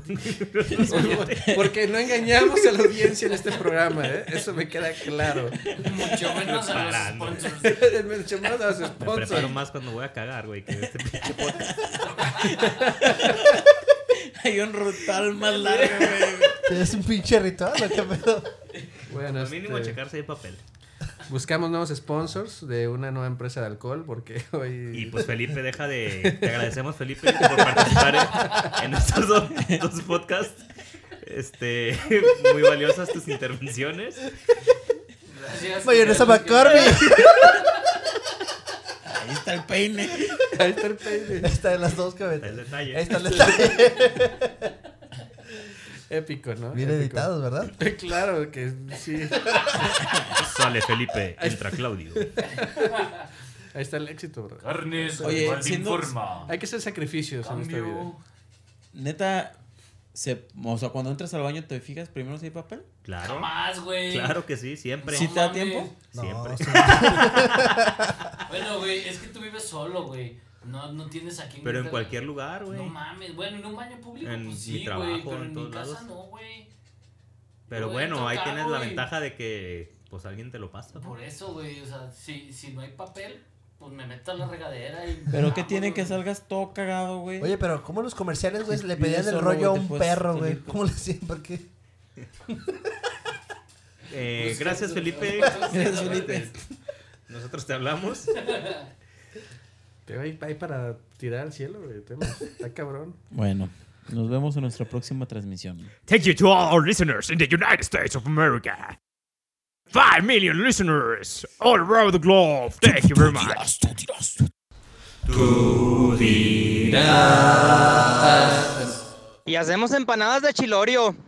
Speaker 6: Porque no engañamos a la audiencia en este programa, ¿eh? eso me queda claro.
Speaker 3: Mucho menos a los
Speaker 1: Parando.
Speaker 3: sponsors.
Speaker 6: Mucho más a los
Speaker 1: Me preparo
Speaker 6: sponsors.
Speaker 1: más cuando voy a cagar, güey, que este pinche podcast.
Speaker 5: Hay un rutal más largo, güey.
Speaker 4: Es un pinche ritual, ¿o qué pedo?
Speaker 6: Bueno,
Speaker 1: Mínimo
Speaker 6: este,
Speaker 1: checarse de papel.
Speaker 6: buscamos nuevos sponsors de una nueva empresa de alcohol porque
Speaker 1: Y
Speaker 6: hoy...
Speaker 1: pues Felipe, deja de... Te agradecemos, Felipe, por participar en, en estos dos, dos podcasts. Este, muy valiosas tus intervenciones.
Speaker 3: Gracias.
Speaker 4: Mayonesa
Speaker 3: Gracias.
Speaker 4: McCormick.
Speaker 5: Ahí está el peine.
Speaker 6: Ahí está el peine.
Speaker 4: Está en las dos cabezas.
Speaker 1: El
Speaker 4: Ahí
Speaker 1: detalle.
Speaker 4: está el detalle.
Speaker 6: Épico, ¿no?
Speaker 4: Bien
Speaker 6: Épico.
Speaker 4: editados, ¿verdad?
Speaker 6: Claro que sí.
Speaker 1: Sale Felipe, entra Claudio.
Speaker 6: Ahí está el éxito, bro.
Speaker 3: Carnes,
Speaker 5: Oye,
Speaker 3: Oye,
Speaker 5: siendo-
Speaker 3: informa.
Speaker 6: Hay que hacer sacrificios en esta vida.
Speaker 3: Cambio.
Speaker 5: Neta, se, o sea, cuando entras al baño, ¿te fijas primero si hay papel?
Speaker 1: Claro.
Speaker 3: Jamás, güey.
Speaker 1: Claro que sí, siempre.
Speaker 5: ¿Sí te da
Speaker 3: mames.
Speaker 5: tiempo?
Speaker 4: No,
Speaker 1: Siempre.
Speaker 4: sí.
Speaker 3: Bueno, güey, es que tú vives solo, güey. No, no tienes a quién
Speaker 1: Pero en
Speaker 3: gritarle.
Speaker 1: cualquier lugar, güey.
Speaker 3: No mames, bueno, en un baño público,
Speaker 1: En
Speaker 3: pues
Speaker 1: mi
Speaker 3: sí,
Speaker 1: trabajo,
Speaker 3: güey. Pero
Speaker 1: en
Speaker 3: en, mi
Speaker 1: todos
Speaker 3: casa
Speaker 1: lados.
Speaker 3: no, güey.
Speaker 1: Pero
Speaker 3: Güey,
Speaker 1: bueno, ahí
Speaker 3: tocado,
Speaker 1: tienes la
Speaker 3: güey.
Speaker 1: ventaja de que pues alguien te lo pasa.
Speaker 3: Por
Speaker 1: güey.
Speaker 3: eso, güey, o sea, si, si no hay papel, pues me meto a la regadera y...
Speaker 5: Pero ¿qué tiene que
Speaker 3: Vámonos.
Speaker 5: salgas todo cagado, güey?
Speaker 4: Oye, pero ¿cómo los comerciales, güey,
Speaker 5: Si
Speaker 4: le
Speaker 5: vives
Speaker 4: pedían el
Speaker 5: solo,
Speaker 4: rollo a
Speaker 5: güey, te
Speaker 4: un
Speaker 5: puedes
Speaker 4: perro,
Speaker 5: salir
Speaker 4: güey?
Speaker 5: con-
Speaker 4: ¿Cómo le hacían? ¿Por qué?
Speaker 1: Eh, gracias, Felipe.
Speaker 5: Gracias, Felipe.
Speaker 1: Nosotros te hablamos.
Speaker 6: Pero hay, hay para tirar al cielo, güey. temas. Está cabrón.
Speaker 5: Bueno, nos vemos en nuestra próxima transmisión.
Speaker 9: Thank you to all our listeners in the United States of America. Five million listeners all around the globe. Thank you very much.
Speaker 2: Y hacemos empanadas de chilorio.